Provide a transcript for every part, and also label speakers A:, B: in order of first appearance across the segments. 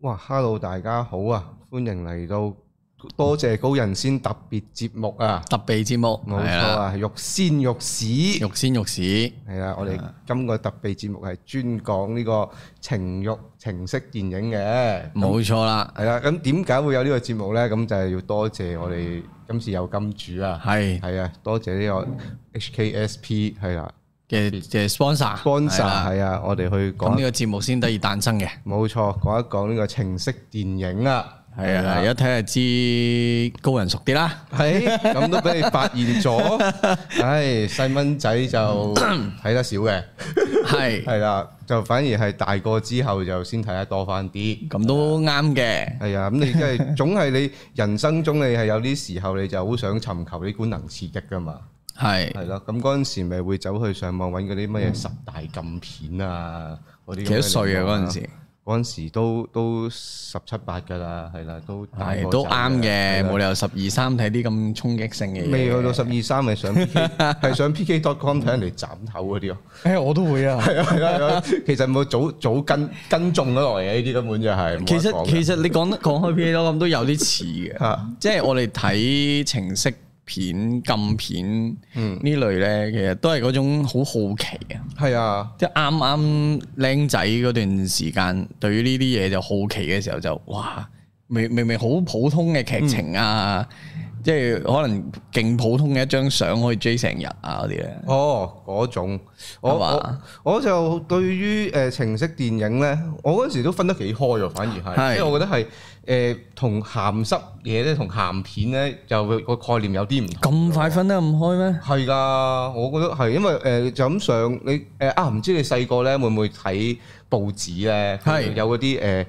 A: 哇，hello，大家好啊，歡迎嚟到多謝高人先特別節目啊，
B: 特備節目，
A: 冇
B: 係
A: 錯
B: 啦，
A: 啊，肉仙肉屎
B: 肉仙肉屎，
A: 係啊，我哋今個特備節目係專講呢個情慾情色電影嘅，
B: 冇錯啦，
A: 係啦，咁點解會有呢個節目呢？咁就係要多謝我哋今次有金主啊，
B: 係
A: 係啊，多謝呢個 HKSP 係啦
B: 嘅嘅 sponsor
A: ，sponsor
B: 係啦
A: 係啊，我哋去
B: 咁
A: 講
B: 呢個節目先得以誕生嘅，
A: 冇錯，講一講呢個情色電影啊，
B: 係啊，一睇就知高人熟啲啦，
A: 係咁都俾你發現 咗，唉，細蚊仔就 睇得少嘅，
B: 係
A: 係啦，就反而係大個之後就先睇得多翻啲。
B: 咁都啱嘅，
A: 係啊，咁你即 係總係你人生中你係有啲時候你就好想尋求啲官能刺激噶嘛，
B: 係嗯
A: 係咯，咁嗰陣時咪會走去上網揾嗰啲乜嘢十大禁片啊，嗰啲
B: 幾
A: 咁
B: 多
A: 嘅
B: 歲啊
A: 內容
B: 嗰陣時，
A: 嗰陣時都都十七八㗎啦，係啦，都大個
B: 係都
A: 仔
B: 啱
A: 㗎
B: 嘅，
A: 啦
B: 冇理由十二三睇啲咁衝擊性嘅嘢，
A: 未去到十二三，咪上 PK，係上 PK.com 睇人哋斬頭嗰啲咯。
B: 誒我都會啊。
A: 係啊係啊係啊， 其實冇早早跟跟中咗落嚟嘅呢啲根本就係。
B: 其實其
A: 實
B: 實你 講得講開 P 多咁都有啲似嘅
A: 啊，
B: 即係我哋睇情色片、禁片
A: 嗯
B: 呢類咧，其實都係嗰種好好奇啊！
A: 係啊，
B: 即係啱啱僆仔嗰段時間，對於呢啲嘢就好奇嘅時候就哇，明明明好普通嘅劇情啊，
A: 嗯
B: 即係可能勁普通嘅一張相可以追成日啊嗰啲咧，
A: 哦嗰種，我
B: 係
A: 我
B: 嘛
A: 我就對於誒情色電影咧，我嗰陣時都分得幾開喎，反而係，因
B: 係
A: 為我覺得係誒同鹹濕嘢咧，同鹹片咧，就會個概念有啲唔同。
B: 咁快分得咁開咩？
A: 係噶，我覺得係，因為誒、呃就咁上你誒、呃啊，唔知你細個咧會唔會睇報紙咧？
B: 係
A: 有嗰啲誒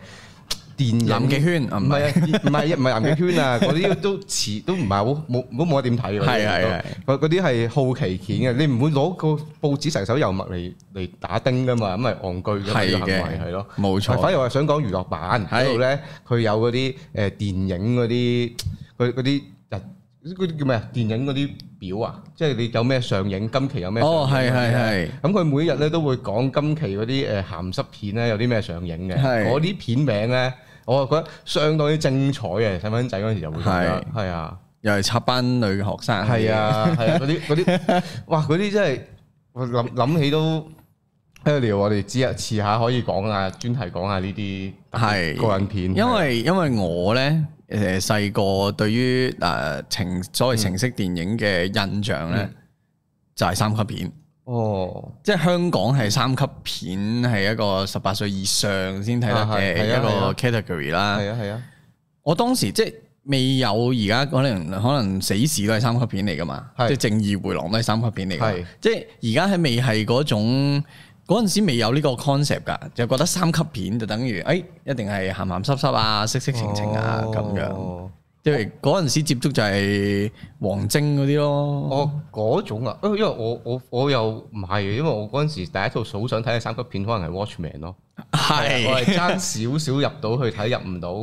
A: 電影
B: 南極圈啊
A: 唔
B: 唔係
A: 係啊，唔係啊唔係南極圈啊，嗰啲都遲都唔係好冇冇冇得點睇㗎
B: 係係係
A: 嗰嗰啲係好奇片嘅，你唔會攞個報紙成手油墨嚟嚟打釘㗎嘛，咁係戇居㗎嘛呢個行
B: 係
A: 為
B: 嘅，
A: 係咯。
B: 冇錯，
A: 反而我係想講娛樂版
B: 係
A: 嗰度咧，佢有嗰啲誒電影嗰啲佢嗰啲日嗰啲叫咩啊？電影嗰啲表啊，即係你有咩上映，今期有咩上映
B: 哦係係係。
A: 咁佢每日咧都會講今期嗰啲誒鹹濕片咧有啲咩上映嘅，
B: 係
A: 嗰啲片名咧，我覺得相當之精彩嘅。細蚊仔嗰陣時就會覺得係啊，
B: 又係插班女學生，
A: 係，啊，係啊， 嗰啲嗰啲，哇！嗰啲真係我諗諗起都喺度聊。我哋知啊，遲下可以講下專題講下呢啲
B: 係
A: 個人片，
B: 因為因為我咧誒細個對於誒情
A: 嗯
B: 所謂情色電影嘅印象咧，就係三級片，
A: 哦，
B: 即係香港係三級片係一個十八歲以上先睇得
A: 啊係係啊
B: 嘅一個 category 啦。
A: 係啊係啊，
B: 我當時即係未有而家可能可能死侍都係三級片嚟噶嘛，
A: 係
B: 即係正義回廊都係三級片嚟噶
A: 係
B: 嘛，即係而家係未係嗰種嗰陣時未有呢個 concept 㗎，就覺得三級片就等於誒、哎一定係鹹鹹濕濕啊、色色情情啊咁、樣，
A: 哦
B: 即係嗰陣時接觸就係王晶嗰啲咯，
A: 我嗰種啊，因為我我我又唔係，因為我嗰陣時第一套好想睇嘅三級片，可能係 Watchman 咯。我
B: 係
A: 係爭少少入到去睇，入唔到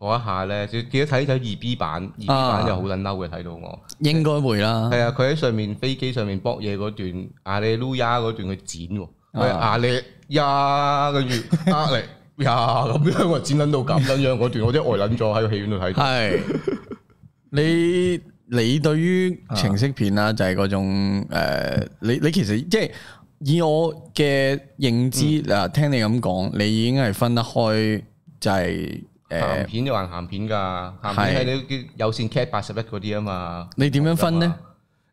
A: 嗰一下咧，就記得睇睇二 B 版，二 B
B: 啊
A: 版就好撚嬲嘅睇到我。
B: 應該會啦，
A: 係啊，佢喺上面飛機上面搏嘢嗰段，阿利路亞嗰段佢剪喎，
B: 啊
A: 佢阿利亞跟住阿利呀咁樣，我剪撚到咁撚樣嗰段，我真係呆撚咗喺個戲院度睇到。
B: 係你你對於情色片啊啦，就係嗰種誒，你你其實即係以我嘅認知嗱，聽你咁講，你已經係分得開，就係
A: 鹹
B: 呃誒，
A: 片就還鹹片㗎，鹹片係你有線 cat 八十一嗰啲啊嘛。
B: 你點樣分呢？
A: 啊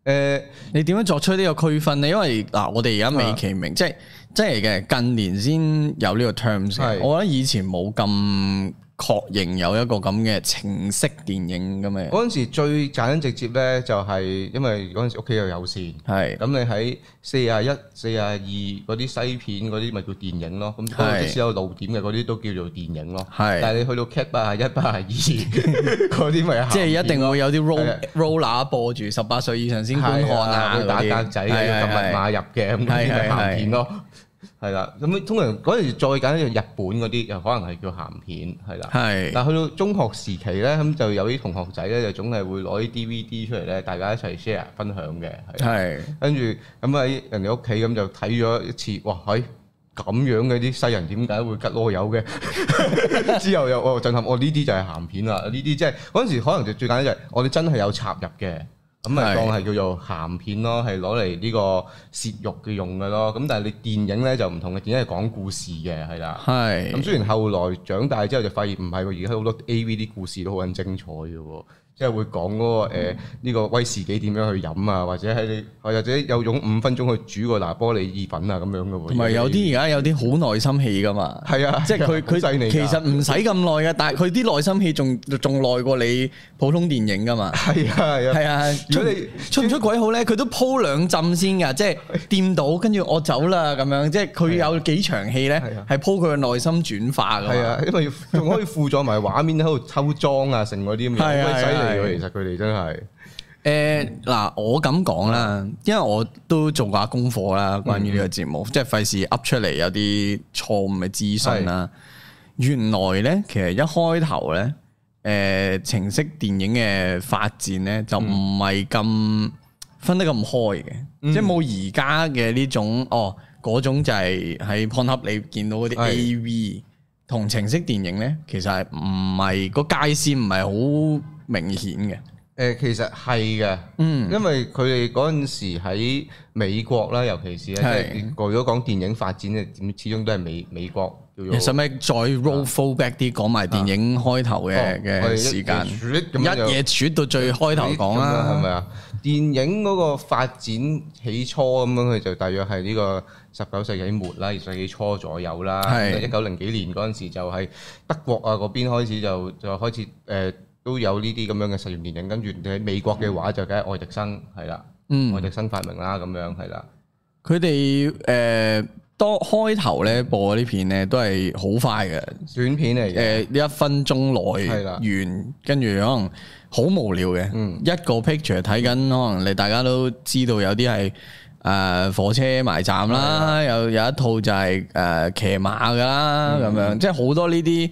A: 誒
B: 你點樣作出呢個區分呢？因為嗱，我哋而家美其名，即係即係嘅，近年先有呢個 terms 嘅。
A: 係
B: 我覺得以前冇咁確認有一個咁嘅情色電影咁嘅，
A: 嗰陣時最簡單直接咧，就係因為嗰陣時屋企又有線。
B: 係
A: 咁你喺四啊一、四啊二嗰啲西片嗰啲咪叫電影咯，咁
B: 係
A: 即使有露點嘅嗰啲都叫做電影咯。
B: 係
A: 但係你去到 cat 八啊一、八啊二嗰啲咪鹹片
B: 即係一定會有啲 roll
A: 係啊
B: roller 播住十八歲以上先觀看
A: 係
B: 啊，
A: 會打格仔嘅，要撳密
B: 係
A: 碼入嘅，咁嗰啲咪
B: 係係
A: 鹹
B: 係
A: 片咯。係啦，咁通常嗰陣時再簡單日本嗰啲又可能係叫鹹片，係啦。
B: 係
A: 但去到中學時期咧，咁就有啲同學仔咧就總係會攞啲 DVD 出嚟咧，大家一齊 share 分享嘅，係啦
B: 係
A: 啊跟住咁喺人哋屋企咁就睇咗一次，哇！喺咁樣嘅啲西人點解會吉囉柚嘅？ 之後又我震撼，我哦呢啲就係鹹片啦，呢啲即係嗰陣時可能就最簡單就係我哋真係有插入嘅，咁咪
B: 係
A: 當係叫做鹹片咯，係攞嚟呢個攝肉嘅用嘅咯。咁但係你電影咧就唔同嘅，電影係講故事嘅，係啦。
B: 係
A: 咁雖然後來長大之後就發現唔係喎，而家好多 A.V. 啲故事都好撚精彩嘅喎，即係會講嗰、個
B: 嗯
A: 誒呢、個威士忌點樣去飲啊，或者喺你或者有用五分鐘去煮個拿波利意粉啊咁樣嘅喎。
B: 同埋有啲而家有啲好內心戲噶嘛，
A: 係啊
B: 即係佢
A: 好犀利㗎
B: 佢其實唔使咁耐嘅，但係佢啲內心戲仲仲耐過你普通電影噶嘛。
A: 係啊係啊，
B: 係啊，
A: 如果
B: 出
A: 你
B: 出唔出軌好咧，佢都鋪兩浸先㗎，即係掂到，跟住我走啦咁樣，即係佢有幾場戲咧
A: 啊係啊，
B: 係鋪佢嘅內心轉化㗎嘛。
A: 係啊，因為仲可以附咗埋畫面喺度抽裝啊，成嗰啲咁樣，
B: 係啊
A: 好
B: 係啊
A: 犀利喎！其實佢哋真係
B: 誒嗱、我咁講啦，因為我都做過下功課啦，關於呢個節目，即係費事噏出嚟有啲錯誤嘅資訊啦。原來呢，其實一開頭呢，誒、情色電影嘅發展呢，就唔係咁分得咁開嘅，即係冇而家嘅呢種哦嗰種就係喺 Pornhub 你見到嗰啲
A: 係
B: A.V. 同情色電影呢，其實係唔係個界線唔係好明顯嘅，
A: 誒，呃其實係嘅。
B: 嗯。
A: 因為佢哋嗰陣時喺美國啦，尤其是咧，即
B: 係
A: 係如果講電影發展嘅，始終都係美美國叫做
B: 使唔使再
A: 啊
B: roll full back 啲講埋電影開頭
A: 哦
B: 嘅嘅時間？一
A: 夜
B: 夜撮到最開頭
A: 係
B: 講啦，
A: 咪啊？電影嗰個發展起初咁樣，佢就大約係呢個十九世紀末啦，二十世紀初左右啦。啊
B: 係
A: 一九零幾年嗰陣時就係德國啊嗰邊開始就就開始誒、呃都有呢啲咁樣嘅實驗電影，跟住你喺美國嘅話就梗係愛迪生係啦，愛
B: 嗯，
A: 迪生發明啦咁樣係啦，
B: 佢哋誒當開頭咧播嗰啲片咧都係好快嘅，
A: 短片嚟嘅。
B: 誒一分鐘
A: 係
B: 內
A: 啦嗯
B: 完，跟住可能好無聊嘅，一個 picture 睇緊，可能你大家都知道有啲係誒火車埋站啦，
A: 啊
B: 有有一套就係誒騎馬噶啦
A: 嗯
B: 咁樣，即係好多呢啲，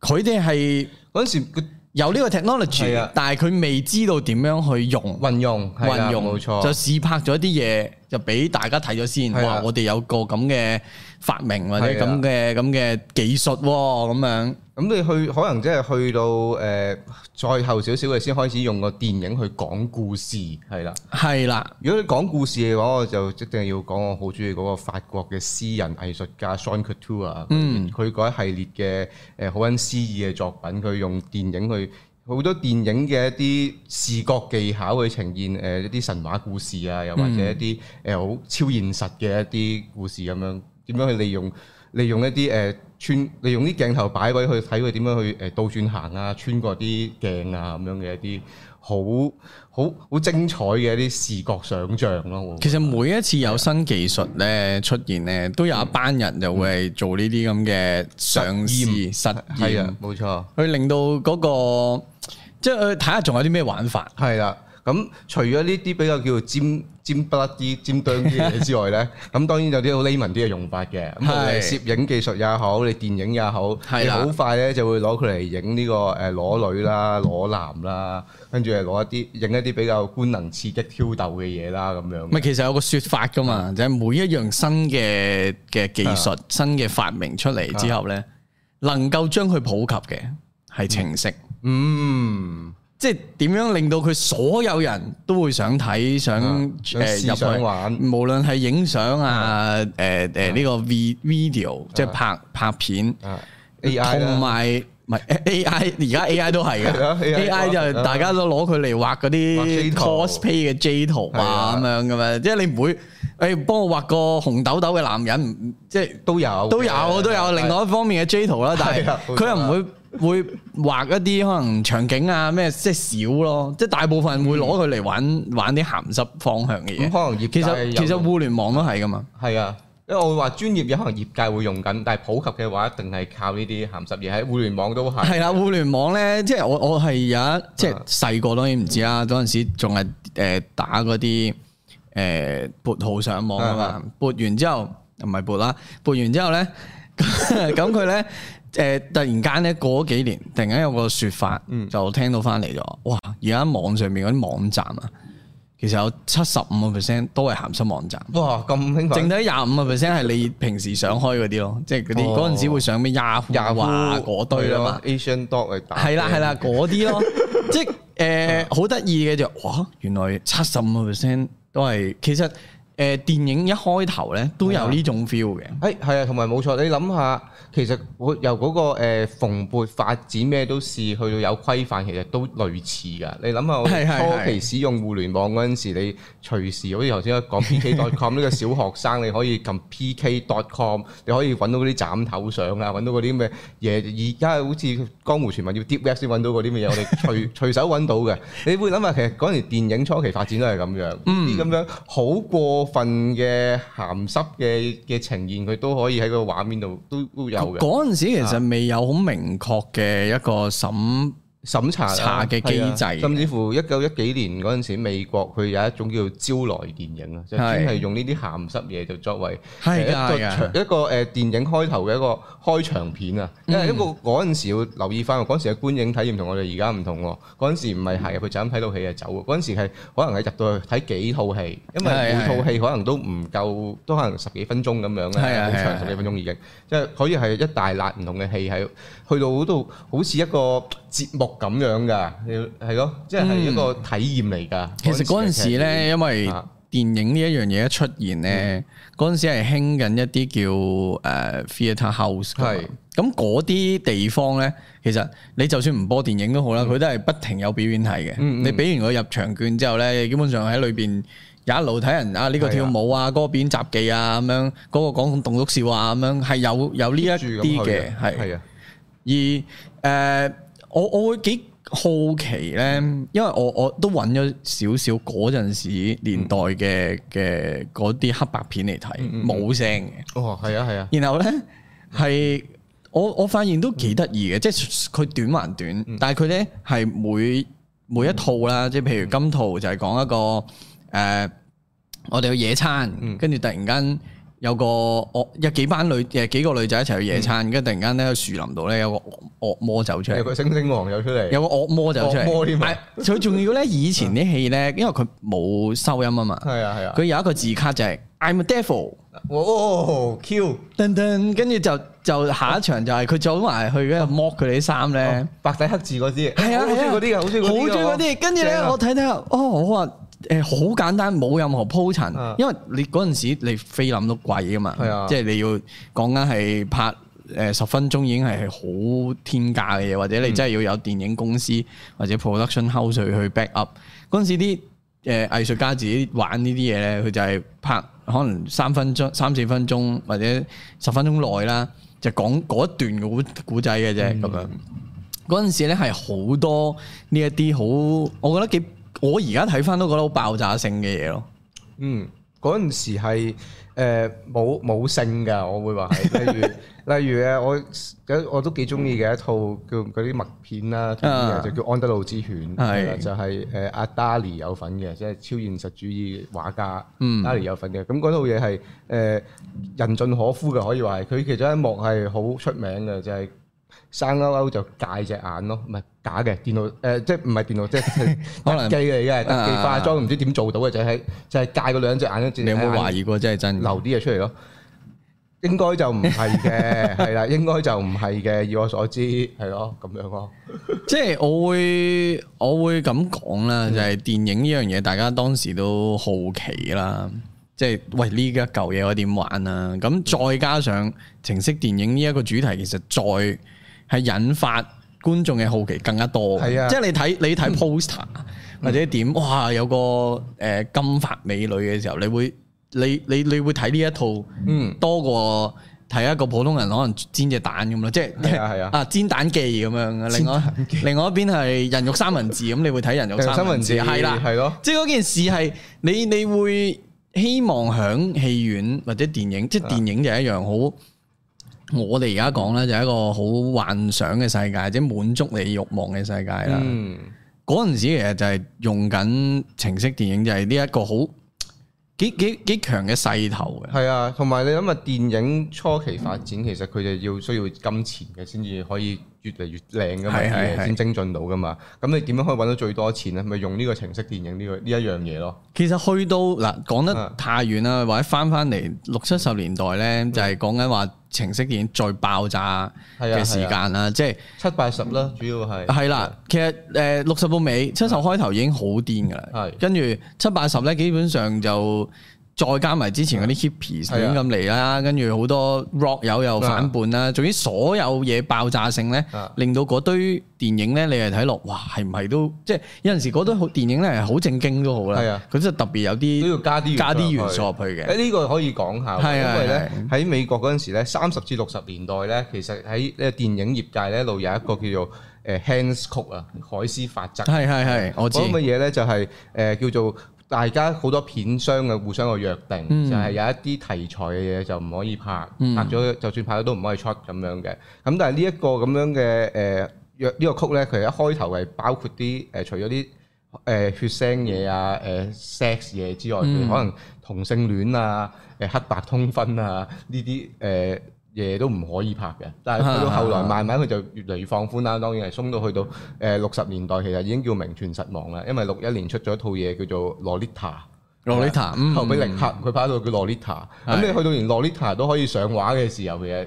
B: 佢哋係。
A: 嗰陣時個
B: 有呢個
A: 係
B: technology，
A: 啊
B: 但係佢未知道點樣去用
A: 運用係啦
B: 運用，
A: 冇
B: 就
A: 錯，
B: 試拍咗啲嘢，就俾大家睇咗先。
A: 係啊
B: 哇！我哋有個咁嘅發明或者
A: 係啊
B: 咁嘅咁嘅技術喎，咁樣
A: 咁你去可能即係去到誒、呃再後少少嘅先開始用個電影去講故事係啦。
B: 係啦，
A: 如果你講故事嘅話，我就一定要講我好中意嗰個法國嘅詩人藝術家 Jean Couture，啊
B: 嗯
A: 佢嗰一系列嘅誒好撚詩意嘅作品，佢用電影去好多電影嘅一啲視覺技巧去呈現誒一啲神話故事啊，又或者一啲誒好超現實嘅一啲故事咁樣，點樣去利用利用一啲誒、呃穿利用啲鏡頭擺位去睇佢點樣去誒倒轉行啊，穿過啲鏡啊咁樣嘅一啲。好好好精彩嘅一啲視覺想像咯。我
B: 其實每一次有新技術咧出現咧，都有一班人就會係做呢啲咁嘅嘗試實
A: 係
B: 驗
A: 啊，，冇錯，
B: 去令到嗰個即係呃去睇下仲有啲咩玩法。
A: 係啦。咁除咗呢啲比較叫做尖尖不甩啲、尖端啲嘅嘢之外 咧，咁當然有啲好 layman 啲嘅用法嘅。咁無論
B: 係
A: 攝影技術也好，你電影也好，
B: 係
A: 你
B: 啦
A: 好快咧就會攞佢嚟影呢個誒裸女啦、裸男啦，跟住係攞一啲影一啲比較官能刺激挑逗嘅嘢啦咁樣啊
B: 唔。係，其實有個説法噶嘛，就係每一樣新嘅嘅技術、新嘅發明出嚟之後
A: 啊
B: 咧，能夠將佢普及嘅係程式，
A: 嗯，
B: 即係點樣令到佢所有人都會想睇、想
A: 嗯想試
B: 誒入
A: 想
B: 去
A: 玩
B: 無論係影相啊、誒誒呢個 vi- video，即係拍拍片，
A: 啊，AI 啦，
B: 同埋唔係 AI，而家 AI 都係
A: 係啊
B: 嘅
A: ，AI
B: ，AI 就
A: 啊
B: 係大家都攞佢嚟畫嗰
A: 畫 J
B: 啲
A: 圖
B: cosplay 嘅 J 圖
A: 係啊
B: 啊咁樣嘅嘛，即係你唔會誒幫我畫個紅豆豆嘅男人，唔即係
A: 都有
B: 都有都有另外一方面嘅 J 圖啦，但
A: 係啊
B: 係
A: 冇錯
B: 佢又唔會。會畫一啲可能場景啊咩，即係少咯，即係大部分會攞佢嚟玩玩啲鹹濕方向嘅
A: 嗯咁
B: 嘢。
A: 可能業界
B: 其實其
A: 有
B: 實互聯網都係噶嘛，
A: 係啊，因為我會話專業有可能業界會用緊，但係普及嘅話，一定係靠呢啲鹹濕嘢，喺互聯網都係。
B: 係啦，互聯網咧，即係我我係有一即係細個當然唔知啦，嗰陣時仲係誒打嗰啲誒撥號上網啊嘛，撥完之後唔係撥啦，撥完之後咧， 咁佢咧誒突然間咧過咗幾年，突然間有個説法，就聽到翻嚟咗，哇！而家網上面嗰啲網站啊，其實有七十五個 percent 都係鹹濕網站。
A: 哇，咁啊興
B: 剩
A: 奮！
B: 低廿五個 percent 係你平時想開嗰啲咯，即係嗰啲
A: 哦
B: 嗰陣時會上咩 Yahoo 啊嗰堆啦嘛，
A: ，Asian Dog 嚟打機，
B: 係啦係啦嗰啲咯，即係誒好得意嘅就哇，原來七十五個 percent 都係其實誒、呃、電影一開頭咧都有呢種 feel 嘅，
A: 誒係啊，同埋冇錯，你諗下，其實我由嗰個呃蓬勃發展咩都試，去到有規範，其實都類似㗎。你諗下，我
B: 係係
A: 哋
B: 係
A: 初期使用互聯網嗰陣時，你隨時好似頭先講 PK.com 呢個小學生，你可以撳 PK.com，你可以揾到嗰啲斬頭相啊，揾到嗰啲咩嘢。而家好似江湖傳聞要 deep web 先揾到嗰啲咩嘢，我哋隨 隨手揾到嘅。你會諗下，其實嗰陣時電影初期發展都係咁樣，啲咁、樣好過分嘅鹹濕嘅嘅呈現，佢都可以喺個畫面度都都有嘅
B: 嗰陣時其實未有好明確嘅一個審。
A: 審查啦
B: 查嘅機制
A: 係啊甚至乎一九一幾年嗰陣時，美國佢有一種叫做招來電影啊，就專係用呢啲鹹濕嘢就作為
B: 係㗎
A: 誒一個
B: 係㗎
A: 場一個誒電影開頭嘅一個開場片啊，
B: 嗯
A: 因為一個嗰陣時要留意翻，嗰陣時嘅觀影體驗同我哋而家唔同喎。嗰陣時唔
B: 嗯
A: 係係入去就咁睇套戲就走喎，嗰陣時係可能係入到去睇幾套戲，因為
B: 係係
A: 每套戲可能都唔夠，都可能十幾分鐘咁樣
B: 係
A: 咧，
B: 啊
A: 好
B: 係啊
A: 長十幾分鐘已經，即係可以係一大辣唔同嘅戲喺去到嗰度，好似一個節目咁樣㗎，你係咯，即係係一個體驗嚟㗎。
B: 嗯其實嗰陣時咧，因為
A: 啊
B: 電影呢一樣嘢一出現
A: 嗯
B: 咧，嗰陣時係興緊一啲叫誒 theatre house 㗎嘛
A: 係
B: 咁嗰啲地方咧，其實你就算唔播電影都好啦，佢都係不停有表演睇嘅。
A: 嗯嗯嗯
B: 你俾完個入場券之後咧，基本上喺裏邊有一路睇人啊，呢、個
A: 係啊
B: 跳舞啊，嗰、個表演雜技啊，咁樣嗰、個講棟篤笑啊，咁樣係有有呢一
A: 住咁
B: 啲
A: 去
B: 嘅，係
A: 係啊，
B: 而誒、呃我我會幾好奇咧，因為我我都揾咗少少嗰陣時年代嘅嘅嗰啲黑白片嚟睇，冇聲嘅。
A: 哦係啊係啊，
B: 然後咧係我我發現都幾得意
A: 嗯
B: 嘅，即係佢短還短，但係佢咧係每每一套
A: 嗯
B: 啦，即係譬如今套就係講一個誒、呃我哋去野餐，
A: 嗯
B: 跟住突然間有個惡有幾班女誒幾個女仔一齊去野餐，跟住突然間咧喺樹林度咧有個惡惡魔走出嚟
A: 嗯有。個星星王有出嚟，
B: 有個惡魔就出
A: 惡魔添
B: 嚟
A: 啊，
B: 但係佢仲要咧以前啲戲咧，因為佢冇收音啊嘛，
A: 係啊係啊，
B: 佢有一個字卡就係 I'm a devil，
A: 哦 Q
B: 噔噔，跟住就就下一場就係佢早埋去嗰度剝佢哋啲衫咧，
A: 哦白底黑字嗰啲，
B: 係啊
A: 好中意
B: 係啊
A: 嗰啲㗎，好中意
B: 好中
A: 嗰啲
B: 意
A: 㗎喎
B: 嗰啲，跟住咧
A: 正啊
B: 我睇睇下，哦我話誒好簡單，冇任何鋪陳
A: 啊，
B: 因為你嗰陣時你菲林都貴噶嘛
A: 係啊，
B: 即係你要講緊係拍。誒十分鐘已經係好天價嘅嘢，或者
A: 嗯
B: 你真係要有電影公司或者 production house 去去 back up。嗰陣時啲誒藝術家自己玩呢啲嘢咧，佢就係拍可能三分鐘、三四分鐘或者十分鐘內啦，就講嗰一段嘅古古仔嘅
A: 嗯
B: 啫咁樣。嗰陣時咧係好多呢一啲好，我覺得幾，我而家睇翻都覺得好爆炸性嘅嘢咯。
A: 嗯，嗰陣時係誒冇冇性㗎，我會話係， 例如例如誒，我有我都幾中意嘅一套叫嗰啲默片啦，
B: 啊
A: 就叫《安德魯之犬》，
B: 係
A: 就係誒阿 Dali 有份嘅，即係超現實主義畫家
B: 嗯
A: Dali 有份嘅。咁嗰套嘢係誒呃人盡可夫嘅，可以話係佢其中一幕係好出名嘅，就係、 生勾勾就戒隻眼咯，唔係假嘅電腦誒、呃即係唔係電腦，即係
B: 可能
A: 特技嚟嘅，特技
B: 啊
A: 化妝唔知點做到嘅，就係、就係、戒嗰兩隻眼，跟住
B: 你有冇懷
A: 疑
B: 疑過真係真？
A: 流啲嘢出嚟咯？應該就唔係 嘅，係啦，應該就唔係嘅，以我所知係咯，咁樣咯，
B: 即係我會我會咁講
A: 嗯
B: 啦，就係、電影呢樣嘢，大家當時都好奇啦。即係喂呢一嚿嘢我點玩啊？
A: 嗯
B: 咁再加上情色電影呢一個主題，其實再係引發觀眾嘅好奇更加多。
A: 係啊嗯
B: 即係你睇你睇 poster 或者點，哇有個誒、呃金髮美女嘅時候，你會你你你會睇呢一套。
A: 嗯，
B: 多過睇一個普通人可能煎隻蛋咁咯，即係
A: 係啊係啊
B: 煎蛋記咁樣。另外另外一邊係人肉三文治，咁你會睇人肉
A: 人肉
B: 三
A: 三
B: 文
A: 文
B: 治
A: 治
B: 係啦，
A: 係咯
B: 即係嗰件事係你你會希望響戲院或者電影，
A: 啊
B: 即係電影就係一樣好。我哋而家講咧就係一個好幻想嘅世界，或者滿足你慾望嘅世界啦。
A: 嗯，
B: 嗰陣時其實就係用緊情色電影，就係呢一個好幾幾幾強嘅勢頭嘅。
A: 係啊，同埋你諗下電影初期發展，其實佢哋要需要金錢嘅先至可以越嚟越靚噶嘛，
B: 係係係
A: 先精進到噶嘛。咁你點樣可以揾到最多錢咧？咪用呢個程式電影呢、個呢一樣嘢咯。
B: 其實去到嗱講得
A: 啊嗯
B: 太遠啦，或者翻翻嚟六七十年代咧，就係講緊話程式電影最爆炸
A: 係啊
B: 嘅時間啦，即係
A: 七八十啦，主要係啊
B: 係啦。其實誒六十到尾七十開頭已經好癲噶啦
A: 係，
B: 跟住七八十咧基本上就再加埋之前嗰啲 hippies
A: 係啊
B: 亂咁嚟啦，跟住好多 rock 友又反叛啦，總之所有嘢爆炸性咧
A: 啊，
B: 令到嗰堆電影咧你係睇落哇係唔係都即係有陣時嗰堆好電影咧係好正經都好
A: 係
B: 啦
A: 啊，
B: 佢就特別有啲
A: 都要加啲
B: 加啲
A: 入去
B: 元素入去嘅。
A: 誒呢個可以講下
B: 係
A: 喎，因為咧
B: 係
A: 喺美國嗰陣時咧，三十至六十年代咧，其實喺呢個電影業界咧，一路有一個叫做誒 Hands 曲啊，海斯法則。
B: 係係係，我知
A: 講。乜嘢咧？就係、誒叫做大家好多片商嘅互相嘅約定，
B: 嗯
A: 就係有一啲題材嘅嘢就唔可以拍，
B: 嗯
A: 拍咗就算拍咗都唔可以出咁樣嘅。咁但係呢一個咁樣嘅誒約呢個曲咧，佢一開頭係包括啲誒、除咗啲。誒、血腥嘢啊，誒、sex 嘢之外，譬如
B: 嗯
A: 可能同性戀啊、誒、黑白通婚啊呢啲誒嘢都唔可以拍嘅。但係去到後來
B: 啊
A: 慢慢佢就越嚟越放寬啦，當然係鬆到去到誒六十年代，其實已經叫名存實亡啦。因為六一年出咗一套嘢叫做《洛麗塔》，
B: Lolita，嗯
A: 後尾力克佢拍到叫《洛麗塔》，咁
B: 係
A: 你去到連《洛麗塔》都可以上畫嘅時候，其實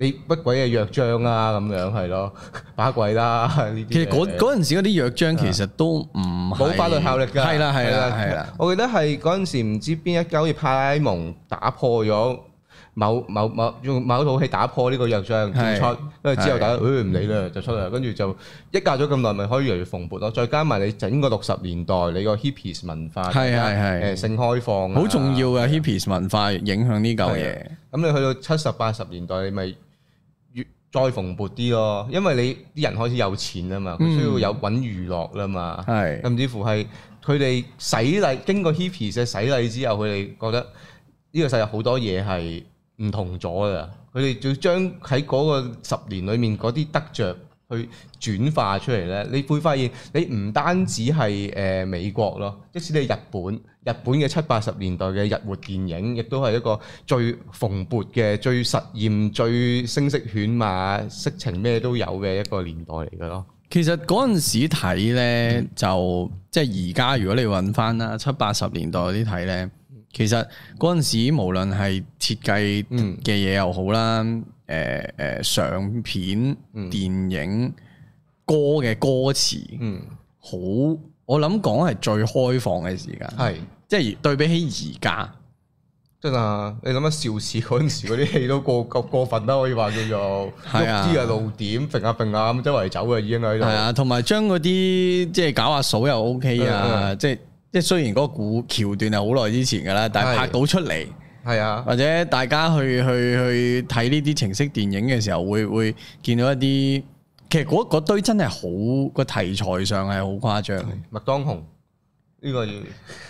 A: 你乜鬼嘢約章啊咁樣係咯， 把鬼啦呢啲嘢。
B: 其實嗰嗰陣時嗰啲約章其實都唔係
A: 冇法律效力㗎。
B: 係啦係啦係啦。。
A: 我記得係嗰陣時唔知邊一間好似派拉蒙打破咗。某某某用某套戲打破呢個約章
B: 係
A: 唔出，跟住之後
B: 係
A: 大家誒唔理啦就出啦，跟住就一隔咗咁耐，咪可以越嚟越蓬勃咯。再加埋你整個六十年代你個 hippies 文化，
B: 係係係
A: 誒性開放啊
B: 好重要嘅 hippies 文化影響呢嚿嘢。
A: 咁你去到七十八十年代，你咪越再蓬勃啲咯，因為你啲人開始有錢啊嘛，佢需要有揾娛樂啦嘛，
B: 係啊
A: 甚至乎係佢哋洗禮，經過 hippies 嘅洗禮之後，佢哋覺得呢個世界好多嘢係唔同咗㗎，佢哋就將喺嗰個十年裏面嗰啲得着。去轉化出嚟咧，你會發現你唔單止係誒、呃美國咯，即使你日本，日本嘅七八十年代嘅日活電影，亦都係一個最蓬勃嘅、最實驗、最聲色犬馬、色情咩都有嘅一個年代嚟嘅咯。
B: 其實嗰陣時睇咧，就即係而家如果你揾翻啦，七八十年代嗰啲睇咧，其實嗰陣時無論係設計嘅嘢又好啦，誒誒、呃相片、電影、歌嘅歌詞，
A: 嗯，
B: 好我諗講係最開放嘅時間，
A: 係
B: 即係對比起而家。
A: 真啊！你諗下邵氏嗰陣時嗰啲戲都過 過過分啦，可以話叫做
B: 係
A: 喐
B: 啊
A: 啲啊露點，揈下揈下咁周圍走嘅已經喺
B: 係
A: 度。
B: 啊，同埋將嗰啲即係搞下數又 OK 啊，
A: 嗯
B: 即係即係雖然嗰個古橋段係好耐之前㗎啦，但係
A: 係
B: 拍到出嚟，
A: 係啊，
B: 或者大家去去去睇呢啲情色電影嘅時候，會會見到一啲其實嗰嗰堆真係好個題材上係好誇張。
A: 麥當雄呢個要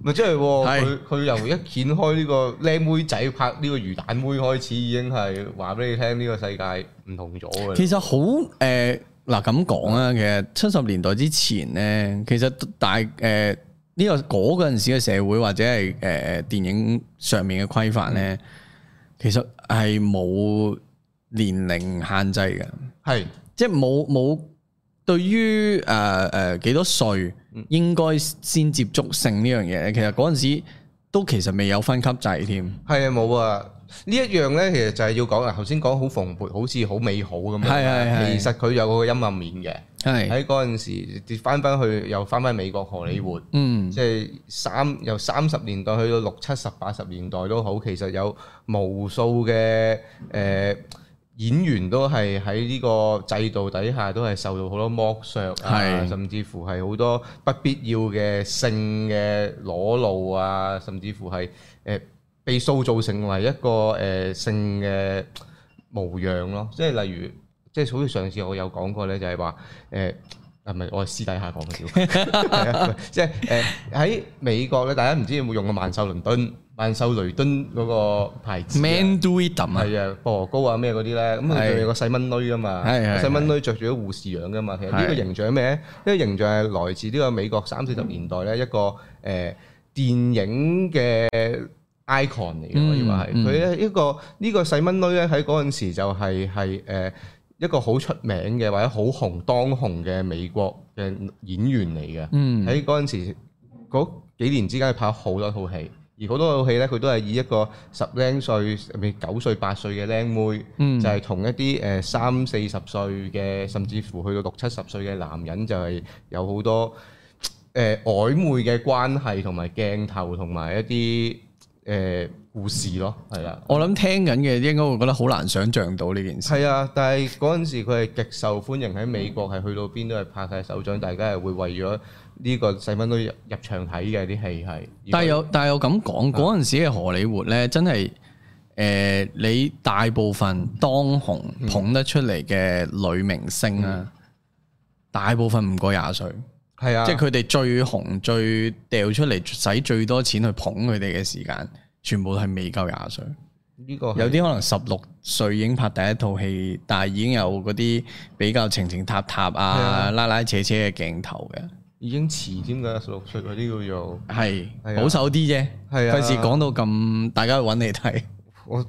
A: 咪即係喎
B: 係
A: 佢佢由一掀開呢個靚妹仔拍呢個魚蛋妹開始，已經係話俾你聽呢個世界唔同咗嘅。
B: 其實好誒嗱咁講啊，其實七十年代之前咧，其實大誒呢、個嗰嗰陣時嘅社會或者係誒、呃、電影上面嘅規範咧，其實係冇年齡限制嘅，
A: 係
B: 即係冇冇對於誒誒幾多歲應該先接觸性呢樣嘢，其實嗰陣時都其實未有分級制添，
A: 係啊，冇啊！呢一樣呢，其實就係要講啊。頭先講好蓬勃，好似好美好咁樣。
B: 係係係
A: 其實佢有個陰暗面嘅。
B: 係
A: 喺嗰陣時，翻翻去又翻翻美國荷里活，
B: 嗯
A: 即係三由三十年代去到六七十八十年代都好，其實有無數嘅誒、呃演員都係喺呢個制度底下都係受到好多剝削啊，
B: 係
A: 甚至乎係好多不必要嘅性嘅裸露啊，甚至乎係誒、呃被塑造成為一個誒、呃性嘅模樣咯，即係例如。即係好似上次我有講過咧，就係話誒，啊唔係我係私底下講嘅啫，係啊即係誒喺美國咧，大家唔知有冇用過曼秀倫敦、曼秀雷敦嗰個牌子啊
B: ，man do it 啊，
A: 係啊，薄荷膏啊咩嗰啲咧，咁佢
B: 係
A: 仲有個細蚊女噶嘛，
B: 係係
A: 細蚊女着住啲護士樣噶嘛。其實呢個
B: 係
A: 形象係咩？呢個形象係來自呢個美國三四十年代咧一個誒、呃、電影嘅 icon 嚟嘅，可以話係
B: 嗯嗯
A: 佢咧一個呢、個細蚊女咧喺嗰陣時就係係誒一一個好出名嘅或者好紅當紅嘅美國嘅演員嚟嘅。
B: 嗯
A: 喺嗰陣時嗰幾年之間，佢拍好多套戲，而好多套戲咧，佢都係以一個十零歲、咪九歲、八歲嘅靚妹，
B: 嗯
A: 就係同一啲誒三四十歲嘅，甚至乎去到六七十歲嘅男人，就係有好多誒、呃、曖昧嘅關係，同埋鏡頭，同埋一啲誒、呃故事咯，係啦。
B: 我諗聽緊嘅應該會覺得好難想像到呢件事。
A: 係啊，但係嗰陣時佢係極受歡迎喺美國，係去到邊都係拍晒手掌，大家係會為咗呢個細蚊女入入場睇嘅啲戲係。啊
B: 但係又但係又咁講，嗰陣時嘅荷里活咧，真係诶、呃你大部分當紅
A: 嗯
B: 捧得出嚟嘅女明星啊，大部分唔過廿歲，
A: 係嗯啊，
B: 即
A: 即
B: 係
A: 係
B: 佢哋最紅、最掉出嚟、使最多錢去捧佢哋嘅時間，全部係未夠廿歲。
A: 呢個
B: 有
A: 有啲
B: 啲可能十六歲已經拍第一套戲，但係已經有嗰啲比較情情塔塔
A: 係
B: 啊、
A: 啊
B: 拉拉扯扯嘅鏡頭嘅。
A: 已經遲添㗎，十六歲嗰啲叫做
B: 系
A: 係啊
B: 保守啲啫，
A: 係啊
B: 費事講到咁，大家去揾你睇。
A: 我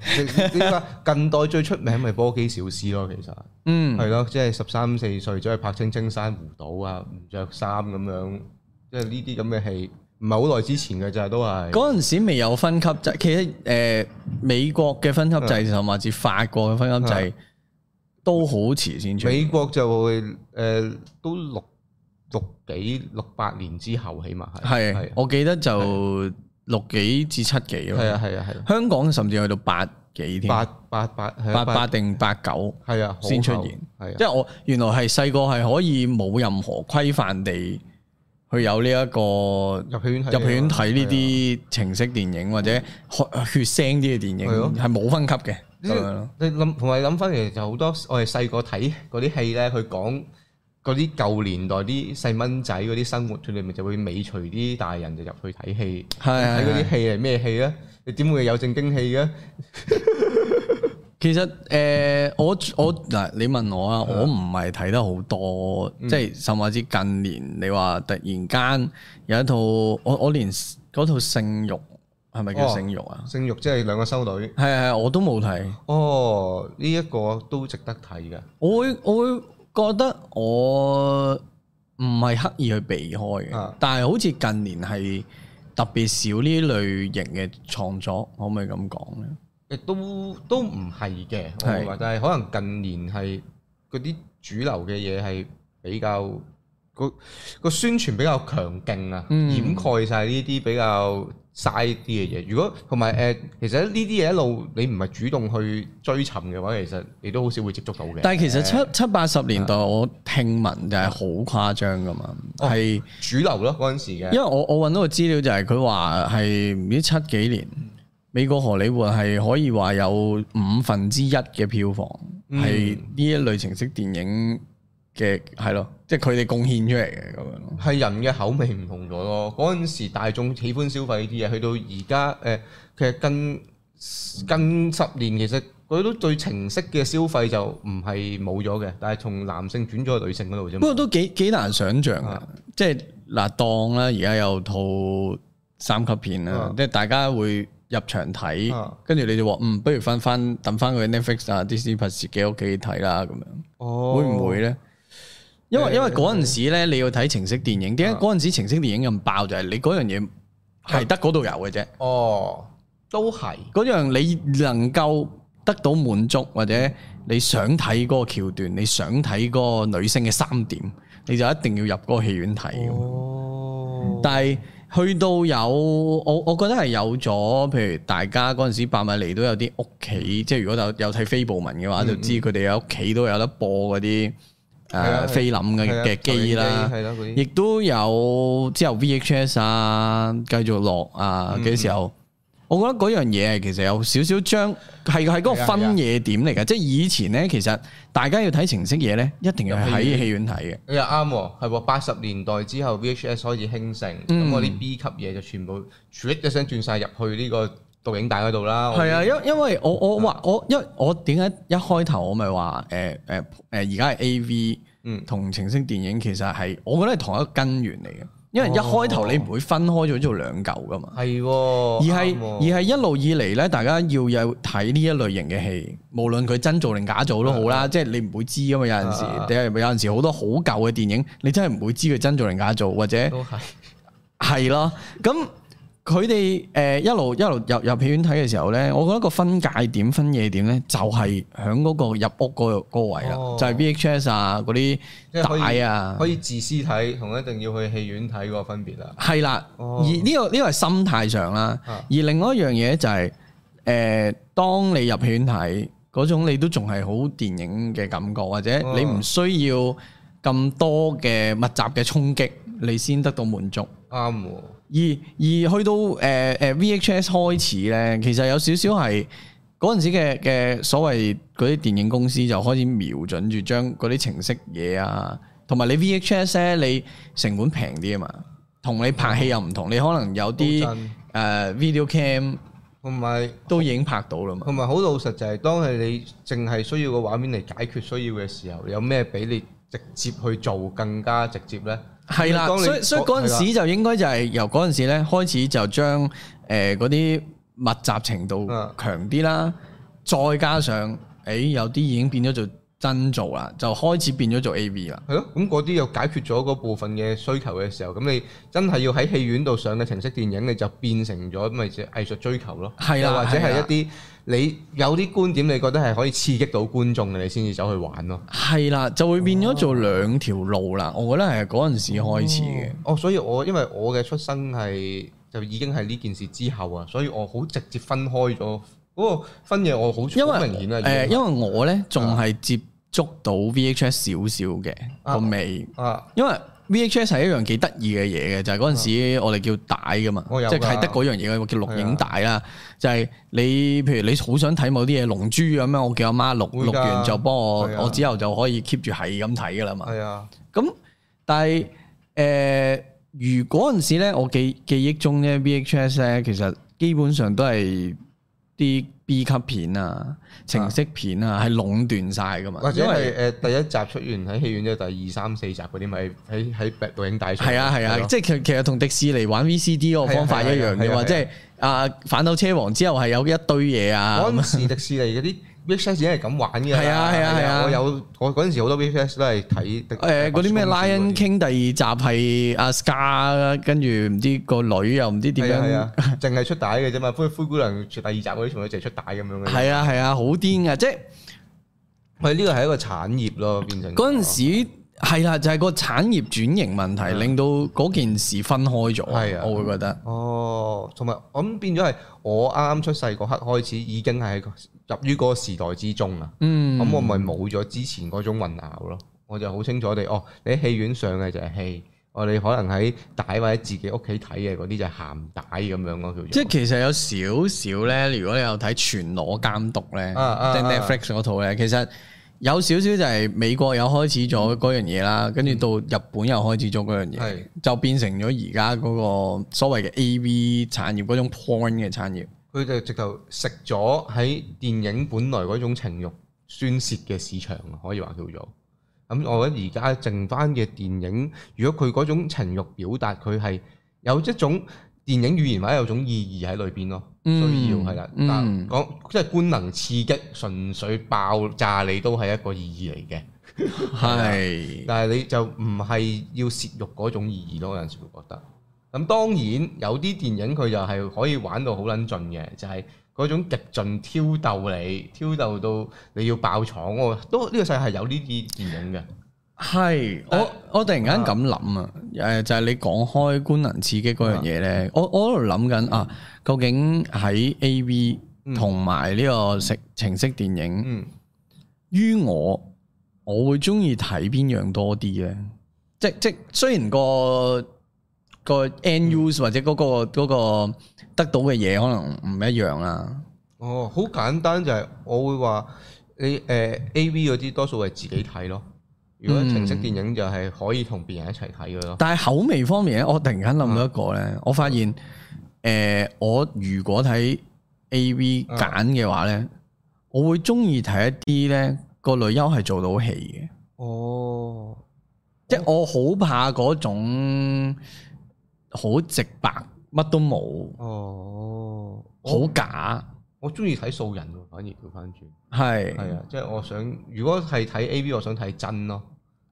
A: 你呢個近代最出名咪波基小斯咯，其實
B: 嗯，
A: 係咯，即係十三四歲走去拍《青青山湖島》啊，唔着衫咁樣，即係呢啲咁嘅戲，唔係好耐之前嘅咋，都係。
B: 嗰陣時未有分級制，其實诶、呃美國嘅分級制，甚至法國嘅分級制，都好遲先出。
A: 美國就會誒、呃都六六幾六八年之後，起碼係
B: 係，
A: 係啊
B: 我記得就六幾至七幾
A: 係
B: 咯。
A: 啊係啊係啊，
B: 香港甚至去到八幾添，
A: 八八八係
B: 八
A: 啊
B: 八定八九。
A: 係啊好
B: 先出
A: 後
B: 現
A: 係
B: 即
A: 啊
B: 係我原來係細個係可以冇任何規範地去有呢一個
A: 入戲院睇
B: 入戲院
A: 啊
B: 睇呢
A: 係啊嗯
B: 啲情色電影或者呃血血腥啲嘅電
A: 係咯
B: 影，係冇分級嘅咁樣咯。
A: 你諗同埋諗翻，其實就好多我哋細個睇嗰啲戲咧，佢講嗰啲舊年代啲細蚊仔嗰啲生活，佢哋咪就會尾隨啲大人就入去睇戲，
B: 係係
A: 睇嗰
B: 係
A: 啲戲係咩戲咧？你點會有正經戲嘅？
B: 其實誒，我我嗱，你問我啊，我唔係睇得好多，
A: 嗯
B: 即係甚至近年你話突然間有一套，我我連嗰套《性欲》係咪叫《
A: 哦
B: 性欲》啊？
A: 性欲即係兩個修女，
B: 係係，我都冇睇。
A: 哦，呢、一個都值得睇嘅。
B: 我會我會覺得我唔係刻意去避開嘅，
A: 啊
B: 但係好似近年係特別少呢類型嘅創作，可唔可以咁講咧？
A: 亦都都唔係嘅，我
B: 係
A: 會話，但係可能近年係嗰啲主流嘅嘢係比較個個宣傳比較強勁啊，
B: 嗯
A: 掩蓋晒呢啲比較嘥啲嘅嘢。如果同埋誒，其實呢啲嘢一路你唔係主動去追尋嘅話，其實你都好少會接觸到嘅。
B: 但係其實七七八十年代我聽聞就係好誇張噶嘛，
A: 啊哦
B: 係、
A: 主流咯嗰陣時嘅
B: 因為我我揾到個資料就係佢話係唔知七幾年美國荷里活係可以話有五分之一嘅票房
A: 嗯
B: 係呢、一類情色電影嘅係咯，即係佢哋貢獻出嚟嘅咁樣咯。
A: 係人嘅口味唔同咗咯。嗰陣時大眾喜歡消費呢啲嘢，去到而家誒，其實近近十年其實佢都對情色嘅消費就唔係冇咗嘅，但係從男性轉咗去女性嗰度啫嘛。
B: 不過都幾幾難想像嘅
A: 啊，
B: 即係嗱當啦，而家有套三級片啦
A: 啊，
B: 即係大家會入場睇
A: 啊，
B: 跟住你就話嗯，不如翻翻等翻佢 Netflix 啊、Disney Plus 自己屋企睇啦咁樣，
A: 哦
B: 會唔會？咧？因為
A: 誒
B: 因為嗰陣時咧，你要睇情色電影，點解
A: 啊
B: 嗰陣時情色電影咁爆就係你嗰樣嘢係得嗰度有嘅啫，
A: 哦，都係
B: 嗰樣你能夠得到滿足或者你想睇嗰個橋段，你想睇嗰個女星嘅三點，你就一定要入嗰個戲院睇咁樣
A: 哦，
B: 但係去到有我，我覺得係有咗，譬如大家嗰陣時百米嚟都有啲屋企，即係如果有有睇非部文嘅話，就知佢哋喺屋企都有得播嗰啲
A: 係啊
B: 誒菲林嘅
A: 係啊
B: 嘅機啦。
A: 投影機係咯嗰啲
B: 亦都有之後 VHS 啊，繼續落啊嘅時候，我覺得嗰樣嘢係其實有少少將係係嗰個
A: 係啊
B: 分野點嚟嘅，即係以前呢，其實大家要睇情色嘢呢，一定要喺戲院睇嘅。
A: 你又啱喎，係喎，八十年代之後 VHS 開始興盛，
B: 嗯
A: 咁我啲 B 級嘢就全部唰一聲轉晒入去呢個導影帶嗰度啦。我
B: 係啊，因因為我我話我因為我點解一開頭我咪話誒誒誒而家係 A V
A: 嗯
B: 同情色電影其實係我覺得係同一個根源嚟嘅，因為一開頭你唔會分開咗做兩嚿噶嘛。
A: 係喎，
B: 而係
A: 哦啱喎
B: 而係一路以嚟咧，大家要有睇呢一類型嘅戲，無論佢真做定假做都好啦，即係你唔會知噶嘛。有陣時
A: 啊，
B: 你係有陣時好多好舊嘅電影，你真係唔會知佢真做定假做，或者
A: 都係
B: 係咯。咁佢哋誒一路一路入入戲院睇嘅時候咧，我覺得個分界點、分野點咧，就係喺嗰個入屋嗰個嗰個位啦，
A: 哦
B: 就係 VHS 啊嗰
A: 即
B: 啲
A: 係可以
B: 帶啊
A: 可。以自私睇，同一定要去戲院睇嗰個分別啦。
B: 係啦，
A: 哦
B: 而呢、個呢、個係心態上啦，
A: 啊
B: 而另外一樣嘢就係、诶，誒、當你入戲院睇嗰種，你都仲係好電影嘅感覺，或者
A: 哦
B: 你唔需要咁多嘅密集嘅衝擊，你先得到滿足。
A: 啱喎，
B: 而而去到誒誒、呃 VHS 開始咧，其實有少少係嗰陣時嘅嘅所謂嗰啲電影公司就開始瞄準住將嗰啲程式嘢啊，同埋你 VHS 咧，你成本平啲啊嘛，同你拍戲又唔同，你可能有啲
A: 好
B: 誒
A: 震、
B: 呃 video cam
A: 同埋。
B: 都已經拍到啦嘛，
A: 同埋好老實就係，當係你淨係需要個畫面嚟解決需要嘅時候，有咩比你直接去做更加直接呢？
B: 係啦，
A: 當你
B: 所以所以嗰陣時就應該就係由嗰陣時咧開始就將誒嗰啲密集程度
A: 嗯
B: 強啲啦，再加上誒、欸有啲已經變咗做真做啦，就開始變咗做 A V 啦。
A: 係咯，咁嗰啲又解決咗嗰部分嘅需求嘅時候，咁你真係要喺戲院度上嘅程式電影，你就變成咗咪就藝術追求咯。
B: 係啦
A: 又或者
B: 係
A: 係
B: 啦
A: 一啲你有啲觀點，你覺得係可以刺激到觀眾嘅，你先至走去玩咯。
B: 係啦，就會變咗做兩條路啦。我覺得係嗰陣時開始嘅。
A: 哦，所以我因為我嘅出生係就已經係呢件事之後啊，所以我好直接分開咗嗰個分嘢，我好
B: 因
A: 好明
B: 為
A: 顯啊啦。已
B: 誒、
A: 經啊
B: 因為我咧仲係接觸到 VHS 少少嘅個尾，
A: 啊。
B: 因為 VHS 係一樣幾得意嘅嘢嘅，就係嗰陣時我哋叫帶噶嘛，
A: 啊我有㗎啊
B: 即係係得嗰樣嘢嘅叫錄影帶啦。就係你譬如你好想睇某啲嘢，《龍珠》咁樣，我叫阿媽錄
A: 會㗎
B: 錄完就幫我
A: 係啊，
B: 我之後就可以 keep 住係咁睇噶啦嘛。
A: 係啊，
B: 咁但係誒、呃如嗰陣時咧，我記記憶中咧 VHS 咧，其實基本上都係啲 B 級片啊、程式片啊，係壟斷晒噶嘛，
A: 或者
B: 因為
A: 係誒第一集出完喺戲院之後，第二三四集嗰啲咪喺喺喺錄影帶上。
B: 係啊係啊，
A: 咯
B: 即係其其實同迪士尼玩 VCD 嗰個方法一
A: 係啊係
B: 樣嘅
A: 啊係
B: 嘛，
A: 啊
B: 即係啊反斗車王之後係有一堆嘢啊，
A: 嗰陣時迪士尼嗰啲 VHS 已經係咁玩嘅啦。
B: 係啊係啊係啊
A: 我有我嗰陣時好多 VHS 都係睇迪
B: 誒
A: 迪
B: 嗰啲咩
A: 士尼嗰
B: Lion King 第二集係阿 Scar，跟住唔知個女又唔知點
A: 係啊係
B: 樣
A: 啊，淨係出帶嘅啫嘛。灰灰姑娘第二集嗰啲全部都淨係出帶咁樣嘅。
B: 係啊係啊，好癲啊！即係
A: 嗯佢呢個係一個產業咯，變成
B: 嗰陣時係啦，就係個產業轉型問題，令到嗰件事分開
A: 啊係
B: 咗
A: 啊，
B: 我會覺得
A: 哦，同埋我諗變咗係我啱啱出世嗰刻開始已經係入於嗰個時代之中啊。
B: 嗯
A: 咁我咪冇咗之前嗰種混淆咯。我就好清楚地，哦，你喺戲院上嘅就係戲，我哋可能喺帶或者自己屋企睇嘅嗰啲就係鹹帶咁樣咯，叫做。
B: 即係其實有少少咧，如果你有睇全裸監督咧，
A: 啊啊
B: 即係
A: 啊
B: Netflix 嗰套咧，其實有少少就係美國有開始咗嗰樣嘢啦，跟住到日本又開始咗嗰樣嘢
A: 嗯係，
B: 就變成咗而家嗰個所謂嘅 AV 產業嗰種 porn 嘅產業。
A: 佢就直頭食咗喺電影本來嗰種情慾宣泄嘅市場啊，可以話叫做。咁我覺得而家剩翻嘅電影，如果佢嗰種情慾表達，佢係有一種電影語言或者有種意義喺裏邊咯，
B: 嗯
A: 需要係啦。
B: 嗯
A: 但講即係官能刺激，純粹爆炸你都係一個意義嚟嘅，
B: 係
A: 但係啊你就唔係要泄慾嗰種意義咯。有陣時會覺得。咁當然有啲電影佢就係可以玩到好撚盡嘅，就係、嗰種極盡挑逗你，挑逗到你要爆廠喎，都呢、個世界係有呢啲電影嘅。
B: 係，我我突然間咁諗啊，誒就係你講開官能刺激嗰樣嘢咧，我我喺度諗緊啊，究竟喺 A.V. 同埋呢個食情色電影。
A: 嗯，
B: 於我，我會中意睇邊樣多啲咧？即即雖然個個 end use 或者嗰、個嗰個得到嘅嘢可能唔一樣啊啦。
A: 哦，好簡單就係、我會話你誒、A V 嗰啲多數係自己睇咯。如
B: 嗯
A: 果情色電影就係可以同別人一齊睇嘅咯。
B: 但係口味方面咧，我突然間諗到一個
A: 嗯
B: 咧，我發現誒、呃我如果睇 A V
A: 嗯
B: 揀嘅話咧，我會中意睇一啲咧個女優係做到戲嘅。
A: 哦，
B: 即係我好怕嗰種好直白，乜都冇，
A: 哦，
B: 好假，
A: 我中意睇素人喎，反而調翻轉。
B: 係
A: 係啊，即係我想，如果係睇 A V，我想睇真咯，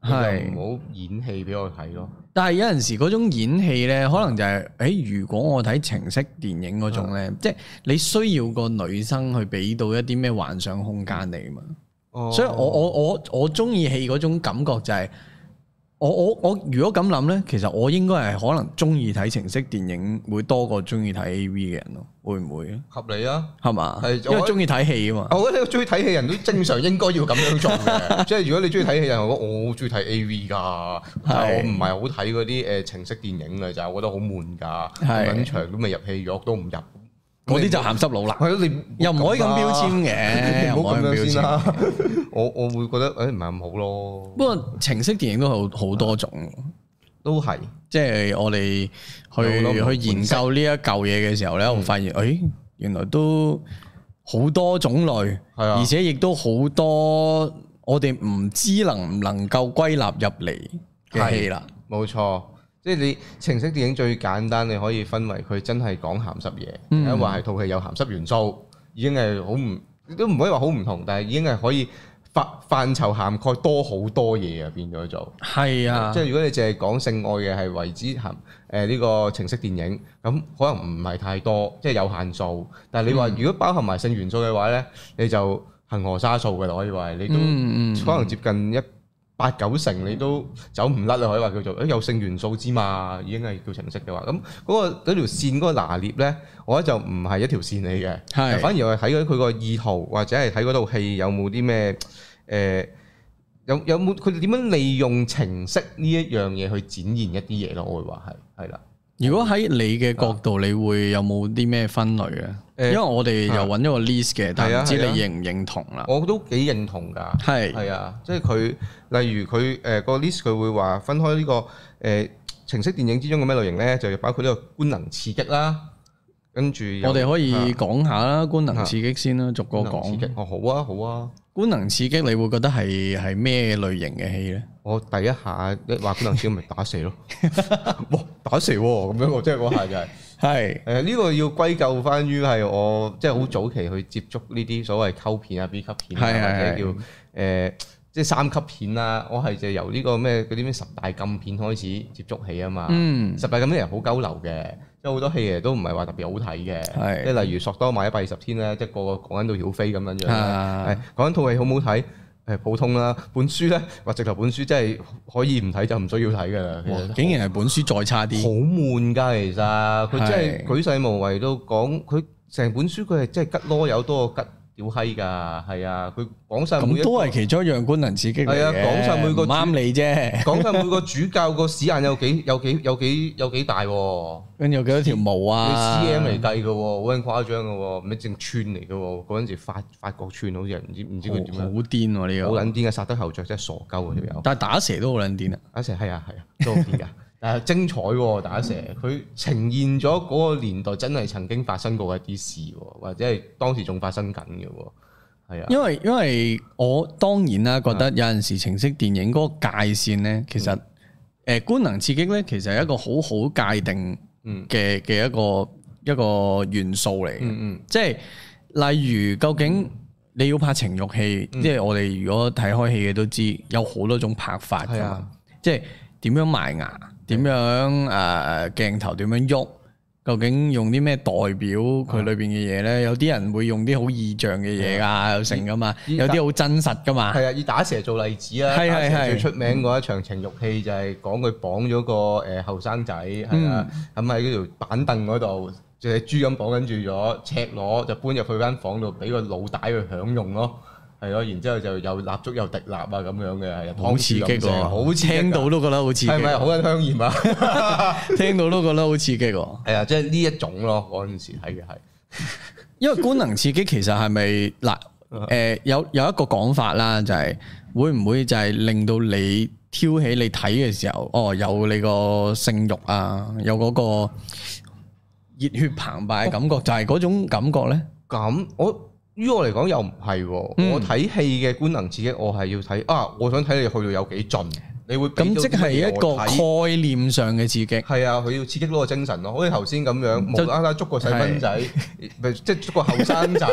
B: 係
A: 就唔好演戲俾我睇咯。
B: 但係有陣時嗰種演戲咧，可能就係、誒，如果我睇情色電影嗰種
A: 嗯
B: 咧，即係你需要個女生去俾到一啲咩幻想空間你嘛。
A: 哦
B: 所以我我我我中意戲嗰種感覺就係、我我我如果咁諗咧，其實我應該係可能中意睇情色電影會多過中意睇 A V 嘅人咯，會唔會啊？
A: 合理啊。
B: 係嘛？
A: 係
B: 因為
A: 我
B: 中意睇戲啊嘛。
A: 我覺得中意睇戲人都正常應該要咁樣做 嘅，即係如果你中意睇戲人，我我好中意睇 A V 㗎，但係我唔係好睇嗰啲誒情色電影嘅，就係我覺得好悶
B: 係
A: 㗎，咁長都未入戲肉，都唔入，係
B: 嗰啲就鹹濕佬啦，
A: 咯，你
B: 又唔可以咁標籤
A: 㗎
B: 嘅，
A: 你哎
B: 又
A: 唔
B: 唔
A: 好
B: 可
A: 咁
B: 以
A: 樣
B: 標
A: 先
B: 籤。
A: 啦。 我我會覺得誒哎唔係咁好咯，
B: 不過情色電影都好好多種，
A: 都係
B: 即係我哋
A: 啊有好多
B: 去
A: 款
B: 去研究呢一嚿嘢嘅時候咧，我發現
A: 嗯
B: 誒原來都好多種類，
A: 係啊
B: 而且亦都好多我哋唔知能唔能夠歸納入嚟嘅戲啦。
A: 冇錯。即係你情色電影最簡單，你可以分為佢真係講鹹濕嘢，
B: 嗯
A: 一話係套戲有鹹濕元素，已經係好唔都唔可以話好唔同，但係已經係可以範範疇涵蓋多好多嘢啊，變咗做。
B: 係啊
A: 即，係如果你淨係講性愛嘅係為之含誒呢個情色電影，咁可能唔係太多，即係有限數。但係你話
B: 嗯
A: 如果包含埋性元素嘅話咧，你就恒河沙數嘅啦，可以話係你都。
B: 嗯嗯，
A: 可能接近一八九成你都走唔甩啦，可以話叫做，誒有性元素之嘛，已經係叫程式嘅話，咁嗰、個嗰條線嗰個拿捏咧，我覺得就唔係一條線嚟嘅，
B: 係
A: 反而我係睇佢佢個意圖或者係睇嗰套戲有冇啲咩誒。有有冇佢哋點樣利用程式呢一樣嘢去展現一啲嘢咯？我會話係係啦，
B: 如果喺你嘅角度，你會有冇啲咩分類啊？
A: 誒
B: 因為我哋又揾咗個 list 嘅，但
A: 係
B: 係
A: 啊
B: 唔
A: 係
B: 知
A: 啊
B: 你認唔認同啦。
A: 我都幾認同㗎。
B: 係
A: 係啊，即係佢例如佢誒、個 list 佢會話分開呢、個誒、情色電影之中嘅咩類型咧，就包括呢個官能刺激啦，跟住有
B: 我哋可以
A: 啊
B: 講下啦，官能刺激先啦，逐個
A: 官能刺
B: 講
A: 激。哦，好啊，好啊，
B: 官能刺激，你會覺得係係咩類型嘅戲咧？
A: 我第一下一話官能刺激咪打蛇 咯，哇打蛇喎、咁樣我即係嗰下就係、
B: 係
A: 誒呢個要歸咎翻於係我即係好早期去接觸呢啲所謂溝片啊、B 級片啊，
B: 係係
A: 或者叫誒、即係三級片啦。我係就由呢個咩嗰啲咩十大禁片開始接觸起啊嘛。
B: 嗯
A: 十大禁片人好交流嘅，即係好多戲其實都唔係話特別好睇嘅。
B: 係
A: 即係例如《索多瑪一百二十天》咧，即係個個講緊到曉飛咁樣樣
B: 啊
A: 啦。係講緊套戲好唔好睇？誒普通啦，本書咧 或直頭本書真係可以唔睇就唔需要睇㗎啦。其實
B: 竟然係本書再差
A: 好
B: 啲，
A: 悶㗎，其實佢真係舉世無為都講，佢成本書佢係真係吉囉有多過吉屌閪㗎，係啊，佢講晒每一
B: 咁都
A: 個
B: 係其中一樣官能刺激嚟嘅
A: 係啊講晒每個
B: 唔啱你啫。
A: 講晒每個主教個屎眼有幾有幾有幾有幾大喎，
B: 跟住有幾多條毛
A: 佢
B: 啊
A: CM 嚟計㗎喎，好撚誇張㗎喎，唔係淨串嚟㗎喎，嗰陣時法法國串好似係唔知唔知佢點
B: 好好
A: 樣，
B: 癲喎呢
A: 好
B: 個。
A: 撚癲嘅殺得後著真係傻鳩啊條友。
B: 但係打蛇都好撚癲啊！
A: 打蛇係啊係啊，都好見 㗎。但係精彩喎打蛇，佢呈現咗嗰個年代真係曾經發生過一啲事喎，或者係當時仲發生緊嘅喎。係啊，
B: 因為因為我當然啦，覺得
A: 嗯
B: 有陣時情色電影嗰個界線咧，其實誒、呃官能刺激咧，其實係一個好好界定
A: 嗯
B: 嘅嘅一個一個元素嚟嘅。
A: 嗯
B: 即係例如究竟你要拍情欲戲，
A: 嗯
B: 即係我哋如果睇開戲嘅都知，有好多種拍法㗎
A: 係
B: 嘛
A: 啊。
B: 即係點樣埋牙，點樣誒鏡頭點樣喐，究竟用啲咩代表
A: 啊
B: 佢裏邊嘅嘢咧？有啲人會用啲好意象嘅嘢啊，有成噶嘛，
A: 依
B: 有啲好真實噶
A: 嗯，
B: 嘛。
A: 係啊，以打蛇做例子啊，
B: 係
A: 打
B: 係係
A: 蛇最出名嗰一場情慾戲就係講佢綁咗個誒後生仔，係
B: 嗯
A: 啊，咁喺嗰條板凳嗰度。就係豬咁綁緊住咗，赤裸就搬入去間房度，俾個腦帶去享用咯，係咯，然之後就又蠟燭又滴蠟啊咁樣嘅，係啊，
B: 好刺激
A: 湯豬咁
B: 喎！
A: 聲好刺激㗎
B: 聽到都覺得好刺激，
A: 係咪好撚香豔啊？
B: 聽到都覺得好刺激喎。
A: 係啊，即係呢一種咯，嗰陣時睇嘅係，
B: 因為官能刺激其實係咪嗱？誒、有有一個講法啦，就係、會唔會就係令到你挑起你睇嘅時候，哦有你個性慾啊，有嗰個熱血澎湃嘅感覺，就係嗰種感覺咧。
A: 咁我於我嚟講又唔係喎，
B: 嗯
A: 我睇戲嘅官能刺激，我係要睇啊，我想睇你去到有幾盡，你會俾
B: 咁
A: 到
B: 即
A: 啲乜嘢
B: 係一個
A: 我睇
B: 概念上嘅刺激，
A: 係啊，佢要刺激到個精神咯，好似頭先咁
B: 嗯
A: 樣，無啦啦捉個細蚊仔，咪即係捉個後生 仔，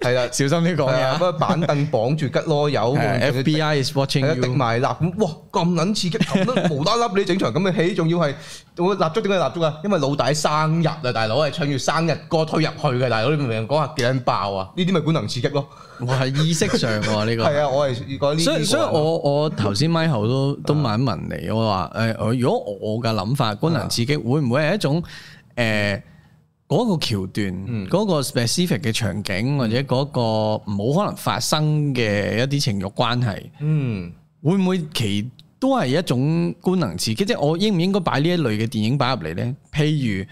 A: 係啦，
B: 小心啲講
A: 係
B: 嘢
A: 啊，
B: 啊
A: 乜板凳綁住吉囉 柚
B: 係！FBI is
A: 係
B: watching
A: 啊，滴
B: you。
A: 埋蠟咁，哇咁撚刺激， 咁都無啦啦你整場咁嘅戲，仲要係我蠟燭點解蠟燭啊？因為老大生日啊，大佬係唱住生日歌推入去嘅，大佬你明唔明講下幾撚爆啊？呢啲咪本能刺激咯，
B: 哇，係意識上喎呢個。
A: 係啊，我係覺得呢啲
B: 所以所以
A: 個人
B: 我我頭先咪後都都問一問你，我話誒，我如果我嘅諗法，
A: 啊
B: 官能刺激會唔會係一種誒嗰個橋段，
A: 嗯
B: 嗰個 specific 嘅場景，或者嗰個冇可能發生嘅一啲情慾關係，
A: 嗯
B: 會唔會其都係一種官能刺激？即係我應唔應該擺呢一類嘅電影擺入嚟呢？譬如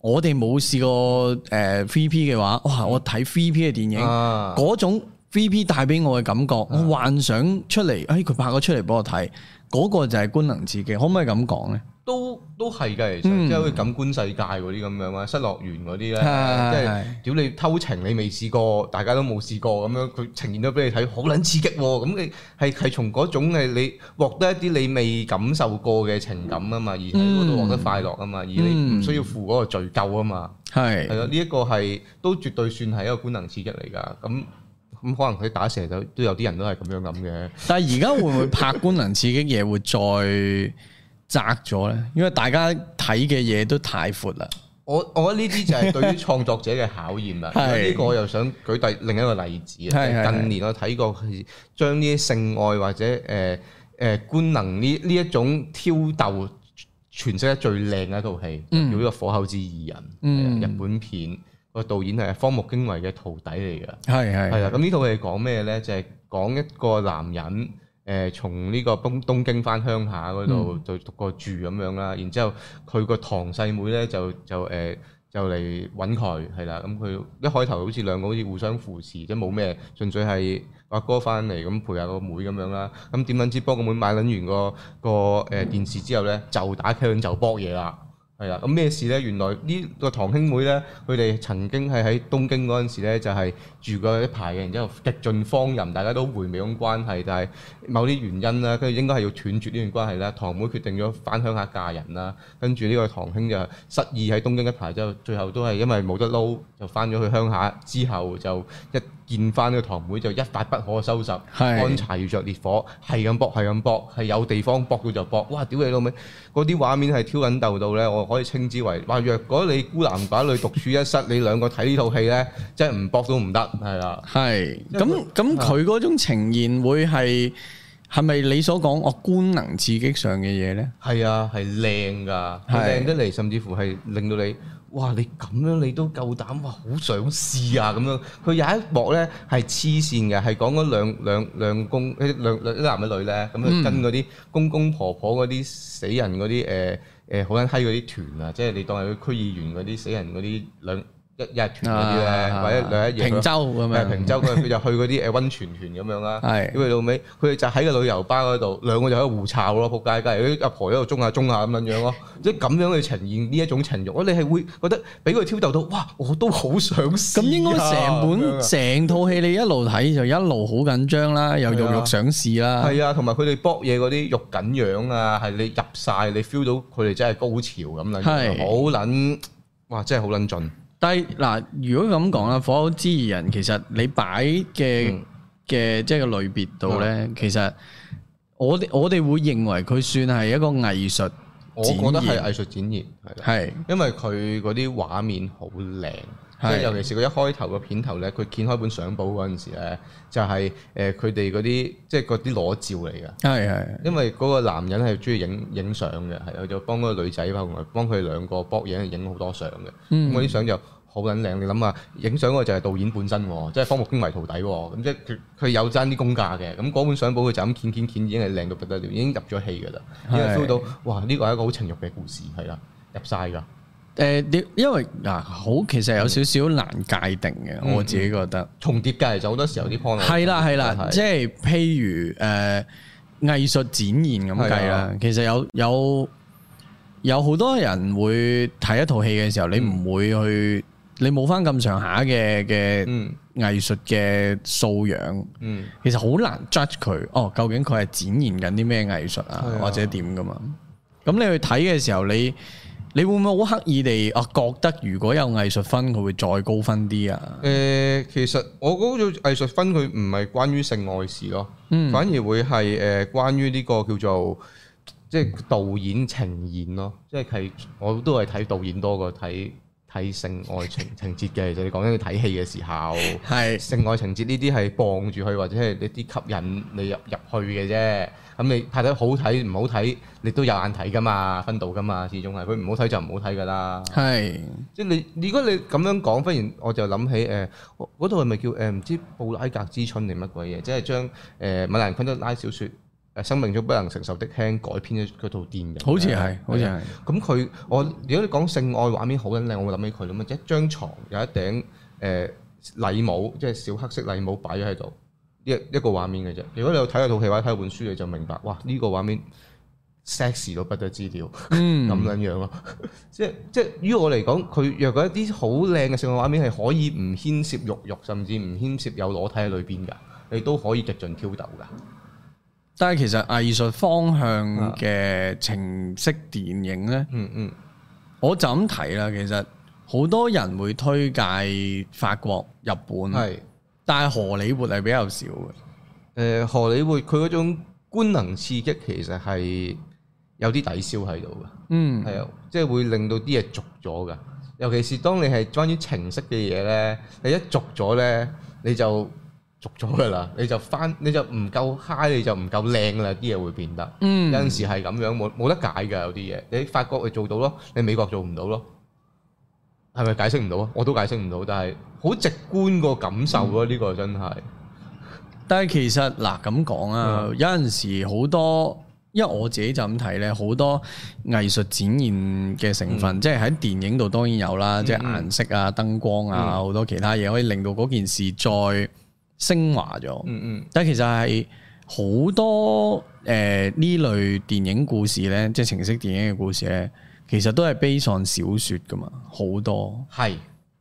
B: 我哋冇試過誒 three P 嘅話，哇！我睇 three P 嘅電影。
A: 啊
B: 嗰種 3P 帶俾我嘅感覺，我幻想出嚟，哎，佢拍咗出嚟俾我睇，嗰、個就係官能刺激，可唔可以咁講咧？
A: 都都係嘅，其實
B: 嗯
A: 即係好似感官世界嗰啲咁樣啊，失樂園嗰啲咧，即
B: 係
A: 係屌你偷情你未試過，大家都冇試過咁樣，佢呈現咗俾你睇，好撚刺激喎！咁你係係從嗰種係你獲得一啲你未感受過嘅情感啊嘛，而喺嗰度獲得快樂啊嘛，而你唔需要負嗰個罪疚啊嘛，係
B: 係
A: 咯，呢一個係都絕對算係一個官能刺激嚟㗎。咁咁可能佢打蛇就都有啲人都係咁樣諗嘅。
B: 但係而家會唔會拍官能刺激嘢會再窄咗咧？因為大家睇嘅嘢都太闊啦。
A: 我我覺得呢啲就係對於創作者嘅考驗啦。
B: 係
A: 呢個我又想舉第另一個例子啊，
B: 係係係
A: 近年我睇過係將呢啲性愛或者誒誒、呃官能呢呢一種挑逗詮釋得最靚嘅一套戲，
B: 嗯
A: 叫呢個《火口之二人》
B: 嗯
A: 係啊日本片個導演係荒木經惟嘅徒弟嚟嘅。
B: 係
A: 係
B: 係
A: 啦，咁呢套戲講咩咧？就係、講一個男人誒、呃，從呢個東東京翻鄉下嗰度就讀個住咁樣啦，然之後佢個堂細妹咧就就誒、呃就嚟揾佢係啦，咁佢一開頭好似兩個好似互相扶持，即係冇咩，純粹係阿哥翻嚟咁陪下個妹咁樣啦。咁點撚知幫個妹買撚完個個誒電視之後咧，就打 K 輪就搏嘢啦。係啦，咁咩事咧？原來呢個堂兄妹咧，佢哋曾經係喺東京嗰陣時咧，就係住過一排嘅，然之後極盡荒淫，大家都回味嗰種關係，但係某啲原因啦，跟住應該係要斷絕呢段關係啦。堂妹決定咗返鄉下嫁人啦，跟住呢個堂兄就失意喺東京一排之後，最後都係因為冇得撈，就返咗去鄉下之後就一見翻呢個堂妹就一發不可收拾。乾
B: 係
A: 柴遇着烈火，係咁搏，係咁搏，係有地方搏到就搏。哇！屌你老味，嗰啲畫面係挑緊鬥到咧，我可以稱之為哇！若果你孤男寡女獨處一室，你兩個睇呢套戲咧，真係唔搏都唔得，係啦。
B: 係。
A: 因為啊
B: 咁咁佢嗰種呈現會係係咪你所講我官能刺激上嘅嘢咧？
A: 係啊，係靚㗎，
B: 係
A: 係靚得嚟，甚至乎係令到你，哇！你咁樣你都夠膽，哇！好想試啊咁樣。佢有一幕咧係黐線嘅，係講嗰兩兩兩公誒兩兩一男一女咧，咁佢跟嗰啲公公婆婆嗰啲死人嗰啲誒誒好撚閪嗰啲團啊，即係你當係佢區議員嗰啲死人嗰啲兩一一日團嗰啲咧，
B: 啊
A: 或者兩一夜
B: 平洲咁
A: 誒
B: 樣，
A: 平洲佢佢就去嗰啲誒温泉團咁樣啦，
B: 係
A: 因為老尾佢哋就喺個旅遊巴嗰度，兩個就喺度互摷咯，仆街街，啲阿婆喺度中下中下咁樣樣咯，即係咁樣去呈現呢一種情慾，我你係會覺得俾佢挑逗到，哇！我都好想試啊
B: 咁應該成本
A: 咁樣
B: 成套戲你一路睇就一路好緊張啦，又肉肉想試
A: 啊
B: 啦，
A: 係啊，同埋佢哋搏嘢嗰啲肉緊樣啊，係你入晒，你 feel 到佢哋真係高潮咁樣，
B: 係
A: 好撚哇！真係好撚盡，
B: 但係嗱，如果咁講啦，《火口之二人》其實你擺嘅
A: 嗯啊
B: 嘅即係個類別度咧，其實我哋我哋會認為佢算係一個藝術，
A: 我覺得
B: 展
A: 係
B: 現
A: 藝術展現係啊啦。
B: 係
A: 因為佢嗰啲畫面好靚，即
B: 係
A: 係尤其是佢一開頭個片頭咧，佢掀開本相簿嗰陣時咧，就係誒佢哋嗰啲即係嗰啲裸照嚟㗎。
B: 係係
A: 因為嗰個男人係中意影影相嘅，係佢就幫嗰個女仔同埋幫佢兩個搏嘢影好多相嘅。
B: 嗯
A: 咁嗰啲相就好撚靚，你諗下，影相嗰個就係導演本身喎，即係荒木經惟徒弟喎，咁即係佢佢有爭啲功架嘅。咁嗰本相簿佢就咁掀掀掀已經係靚到不得了，已經入咗戲㗎啦，已經
B: 係
A: feel 到哇呢個係一個好情慾嘅故事，係啦，入晒㗎。
B: 誒，你因為嗱好其實有少少難界定
A: 嗯
B: 嘅，我自己覺得。
A: 重疊嘅，就好多時候啲 point
B: 係啦係啦，即
A: 啊係
B: 係譬如誒、呃、藝術展現咁計
A: 係
B: 啦
A: 啊，
B: 其實有有有好多人
A: 嗯
B: 會睇一套戲嘅時候，你唔會去，你冇翻咁上下嘅嘅
A: 嗯
B: 藝術嘅素養，
A: 嗯，
B: 其實好難 judge 佢。哦，究竟佢係展現緊啲咩藝術啊
A: 係啊，
B: 或者點噶嘛？咁你去睇嘅時候，你你會唔會好刻意地啊覺得如果有藝術分，佢會再高分啲啊？
A: 誒、其實我嗰個藝術分佢唔係關於性愛事咯，
B: 嗯
A: 反而會係誒、關於呢個叫做即係導演呈現咯，即係係我都係睇導演多過睇睇性愛情 情節嘅。其實你講緊你睇戲嘅時候。
B: 係
A: 性愛情節呢啲係傍住佢，或者係一啲吸引你入入去嘅啫。咁你拍得好睇唔好睇，你都有眼睇噶嘛，分到噶嘛，始終係佢唔好睇就唔好睇噶啦。
B: 係
A: 即係你，如果你咁樣講，忽然我就諗起誒，我嗰套係咪叫誒唔、知布拉格之春定乜鬼嘢？即係將誒米蘭昆德拉小説誒《生命中不能承受的輕》改編咗佢套電影。
B: 好似係，好似係。
A: 咁佢我如果你講性愛畫面好撚靚，我會諗起佢咁啊！一張床有一頂誒、呃、禮帽，即係小黑色禮帽擺咗喺度，一一個畫面嘅啫。如果你有睇過套戲或者睇過本書，你就明白，哇！呢、個畫面 sexy 到不得之了，咁、
B: 嗯
A: 樣樣咯。 即係即係於我嚟講，佢若果一啲好靚嘅性愛畫面係可以唔牽涉肉欲，甚至唔牽涉有裸體喺裏邊㗎，你都可以極盡挑逗㗎。
B: 但係其實藝術方向嘅情色電影呢，
A: 嗯嗯
B: 我就咁睇啦。其實好多人會推介法國、日本，
A: 嗯係。
B: 但係荷里活係比較少嘅。
A: 誒、荷里活佢嗰種官能刺激其實係有啲抵消喺度嘅，
B: 嗯，
A: 係啊、即係會令到啲嘢俗咗㗎。尤其是當你係關於情色嘅嘢咧，你一俗咗咧，你就俗咗㗎啦，你就翻你就唔夠 high，你就唔夠靚啦，啲嘢會變得。
B: 嗯
A: 有陣時係咁樣，冇冇得解㗎，有啲嘢你法國咪做到咯，你美國做唔到咯，係咪解釋唔到啊？我都解釋唔到，但係好直觀個感受咯，呢、個真係。
B: 但係其實嗱咁講啊，有陣時好多，因為我自己就咁睇咧，好多藝術展現嘅成分，即係喺電影度當然有啦，即係顏色啊、燈光啊，好、多其他嘢可以令到嗰件事再升華咗。
A: 嗯嗯。
B: 但係其實係好多誒呢、類電影故事咧，即係情色電影嘅故事咧，其實都係 based on 小説噶嘛，好多，
A: 係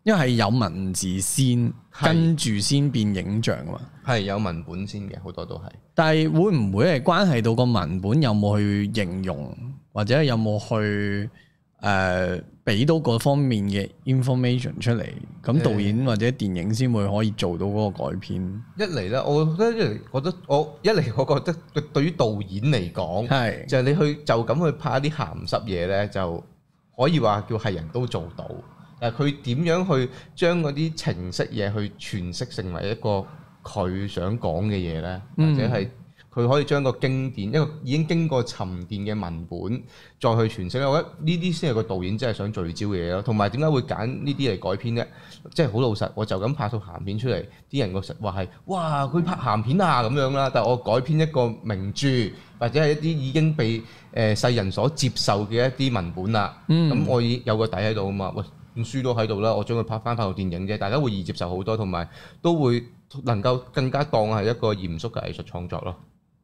B: 因為係有文字先，
A: 係
B: 跟住先變影像噶嘛。
A: 係有文本先嘅，好多都係。
B: 但係會唔會係關係到個文本有冇去形容，或者有冇去誒俾、到嗰方面嘅 information 出嚟？咁導
A: 嗯
B: 演或者電影先會可以做到嗰個改編。
A: 一嚟咧，我覺得一嚟，覺得我一嚟，我覺得對對於導演嚟講，
B: 係
A: 就係你去就咁去拍一啲鹹濕嘢咧，就可以話叫係人都做到。但係佢點樣去將嗰啲情色嘢去詮釋成為一個佢想講嘅嘢咧，或
B: 嗯
A: 者係佢可以將個經典一個已經經過沉澱嘅文本再去詮釋咧，我覺得呢啲先係個導演真係想聚焦嘅嘢咯。同埋點解會揀呢啲嚟改編咧？即係好老實，我就咁拍套鹹片出嚟，啲人個實話係哇佢拍鹹片啊咁樣啦，但係我改編一個名著或者係一啲已經被誒、呃世人所接受嘅一啲文本啊啦，咁、
B: 嗯
A: 我已有個底喺度啊嘛，喂本書都喺度啦，我將佢拍翻拍到電影啫，大家會易接受好多，同埋都會能夠更加當係一個嚴肅嘅藝術創作咯。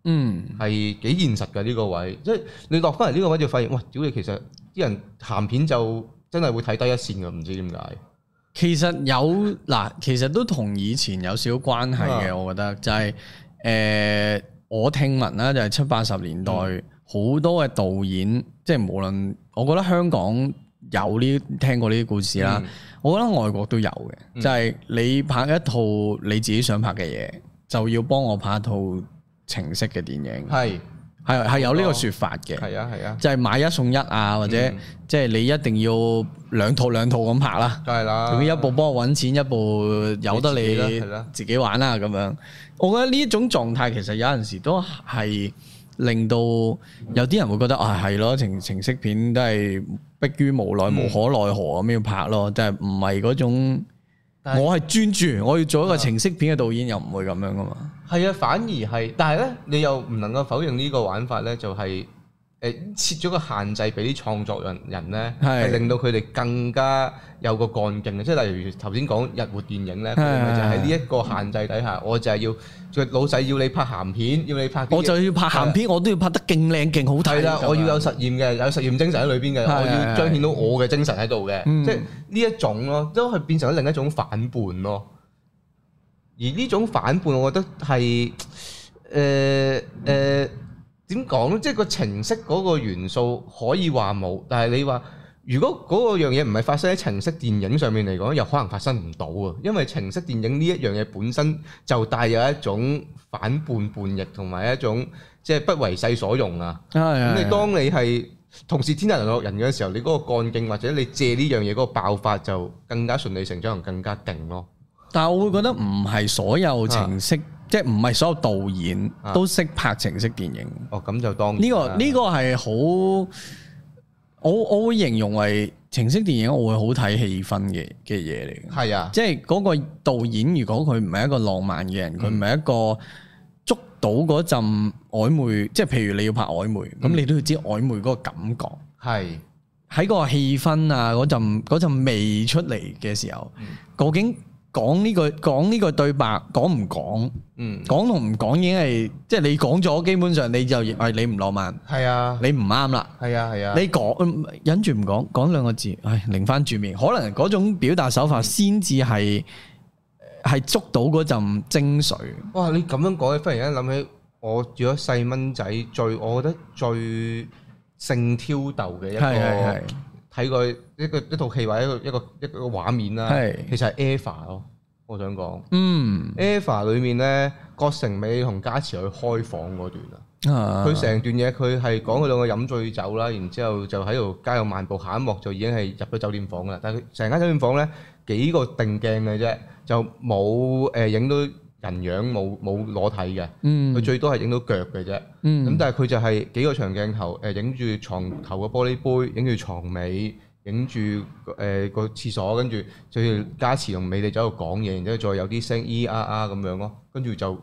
B: 嗯
A: 係幾現實嘅呢個位，即係你落翻嚟呢個位就發現，哇！屌你其實啲人鹹片就真係會睇低一線嘅，唔知點解。
B: 其實有嗱，其實都同以前有少少關係嘅，
A: 啊
B: 我覺得就係、誒、我聽聞啦，就係七八十年代好、
A: 嗯
B: 多嘅導演，即係無論我覺得香港有呢聽過呢啲故事啦，
A: 嗯
B: 我覺得外國都有嘅，就係、你拍一套你自己想拍嘅嘢，就要幫我拍一套情色嘅電影，
A: 嗯係哦
B: 係係有呢個説法嘅。
A: 係嗯啊係啊，
B: 就係買一送一啊，或者即係你一定要兩套兩套咁拍啦。
A: 梗係啦。
B: 佢一步幫我揾錢，一步由得
A: 啊你自己
B: 你
A: 啦係啦
B: 自己玩啦咁樣。我覺得呢一種狀態其實有陣時都係令到有啲人會覺得啊係咯，情情色片都係迫於無奈、無可奈何咁要拍咯，但係唔係嗰種。
A: 但係啊
B: 我係專注，我要做一個情色片嘅導演，又唔會咁樣噶嘛。
A: 係啊，反而係，但係咧，你又唔能夠否認呢個玩法咧，就係誒設咗個限制俾啲創作人人咧，
B: 係
A: 係令到佢哋更加有個幹勁嘅。即係例如頭先講日活電影咧，佢哋咪就喺呢一個限制底下，我就係要佢老細要你拍鹹片，要你拍啲嘢
B: 我就要拍鹹片，我都要拍得勁靚勁好睇。
A: 係啦，我要有
B: 咁樣
A: 實驗嘅，有實驗精神喺裏邊嘅，
B: 係
A: 我要
B: 係
A: 彰顯到我嘅精神喺度嘅，
B: 嗯
A: 即係呢一種咯，都係變成咗另一種反叛咯。而呢種反叛，我覺得係誒誒點講咧？即係個程式嗰個元素可以話冇，但係你話如果嗰個樣嘢唔係發生喺程式電影上面嚟講，又可能發生唔到啊！因為程式電影呢一樣嘢本身就帶有一種反叛叛逆同埋一種即係不為世所用啊！
B: 咁
A: 咁你當你係同是天下人落人嘅時候，你嗰個幹勁或者你借呢樣嘢嗰個爆發就更加順理成章，更加勁咯。
B: 但係我會覺得唔係所有程式，即係唔係所有導演
A: 啊
B: 都識拍程式電影。
A: 哦，咁就當然
B: 呢、個
A: 啦
B: 呢、個係好，我我會形容為程式電影，我會好睇氣氛嘅嘅嘢嚟嘅。
A: 係啊，
B: 即係嗰個導演，如果佢唔係一個浪漫嘅人，佢唔係一個捉到嗰陣曖昧，即係譬如你要拍曖昧，咁、
A: 嗯
B: 你都要知曖昧嗰個感覺。
A: 係
B: 喺個氣氛啊，嗰陣嗰陣味出嚟嘅時候，究竟講呢句講呢句對白講唔講，
A: 嗯
B: 講同唔講已經係即係你講咗，基本上你就係你唔浪漫，
A: 係啊
B: 你唔啱啦。
A: 係啊係啊，
B: 你講嗯忍住唔講，講兩個字，唉，擰翻住面，可能嗰種表達手法先至係呃係捉到嗰陣精髓。
A: 哇！你咁樣講，忽然間諗起我如果細蚊仔最，我覺得最性挑逗嘅一
B: 係
A: 個
B: 係
A: 睇過一個一套戲或者一個一個一個畫面啦，
B: 係
A: 其實係 Eva 咯，我想講。
B: 嗯
A: Eva 裏面咧，郭成美同嘉慈去開房嗰段啊，
B: 啊，
A: 佢成段嘢佢係講佢兩個飲醉酒啦，然之後就喺度街度漫步，下一幕就已經係入咗酒店房噶啦。但係佢成間酒店房咧幾個定鏡嘅啫，就冇誒影到人樣，冇冇裸體嘅，
B: 嗯
A: 佢最多係影到腳嘅啫。咁
B: 嗯
A: 但係佢就係幾個長鏡頭，誒影住床頭個玻璃杯，影住床尾，影住誒個廁所，跟住就要加持同美利走喺度講嘢，然之後再有啲聲咿啊啊咁樣咯，跟住就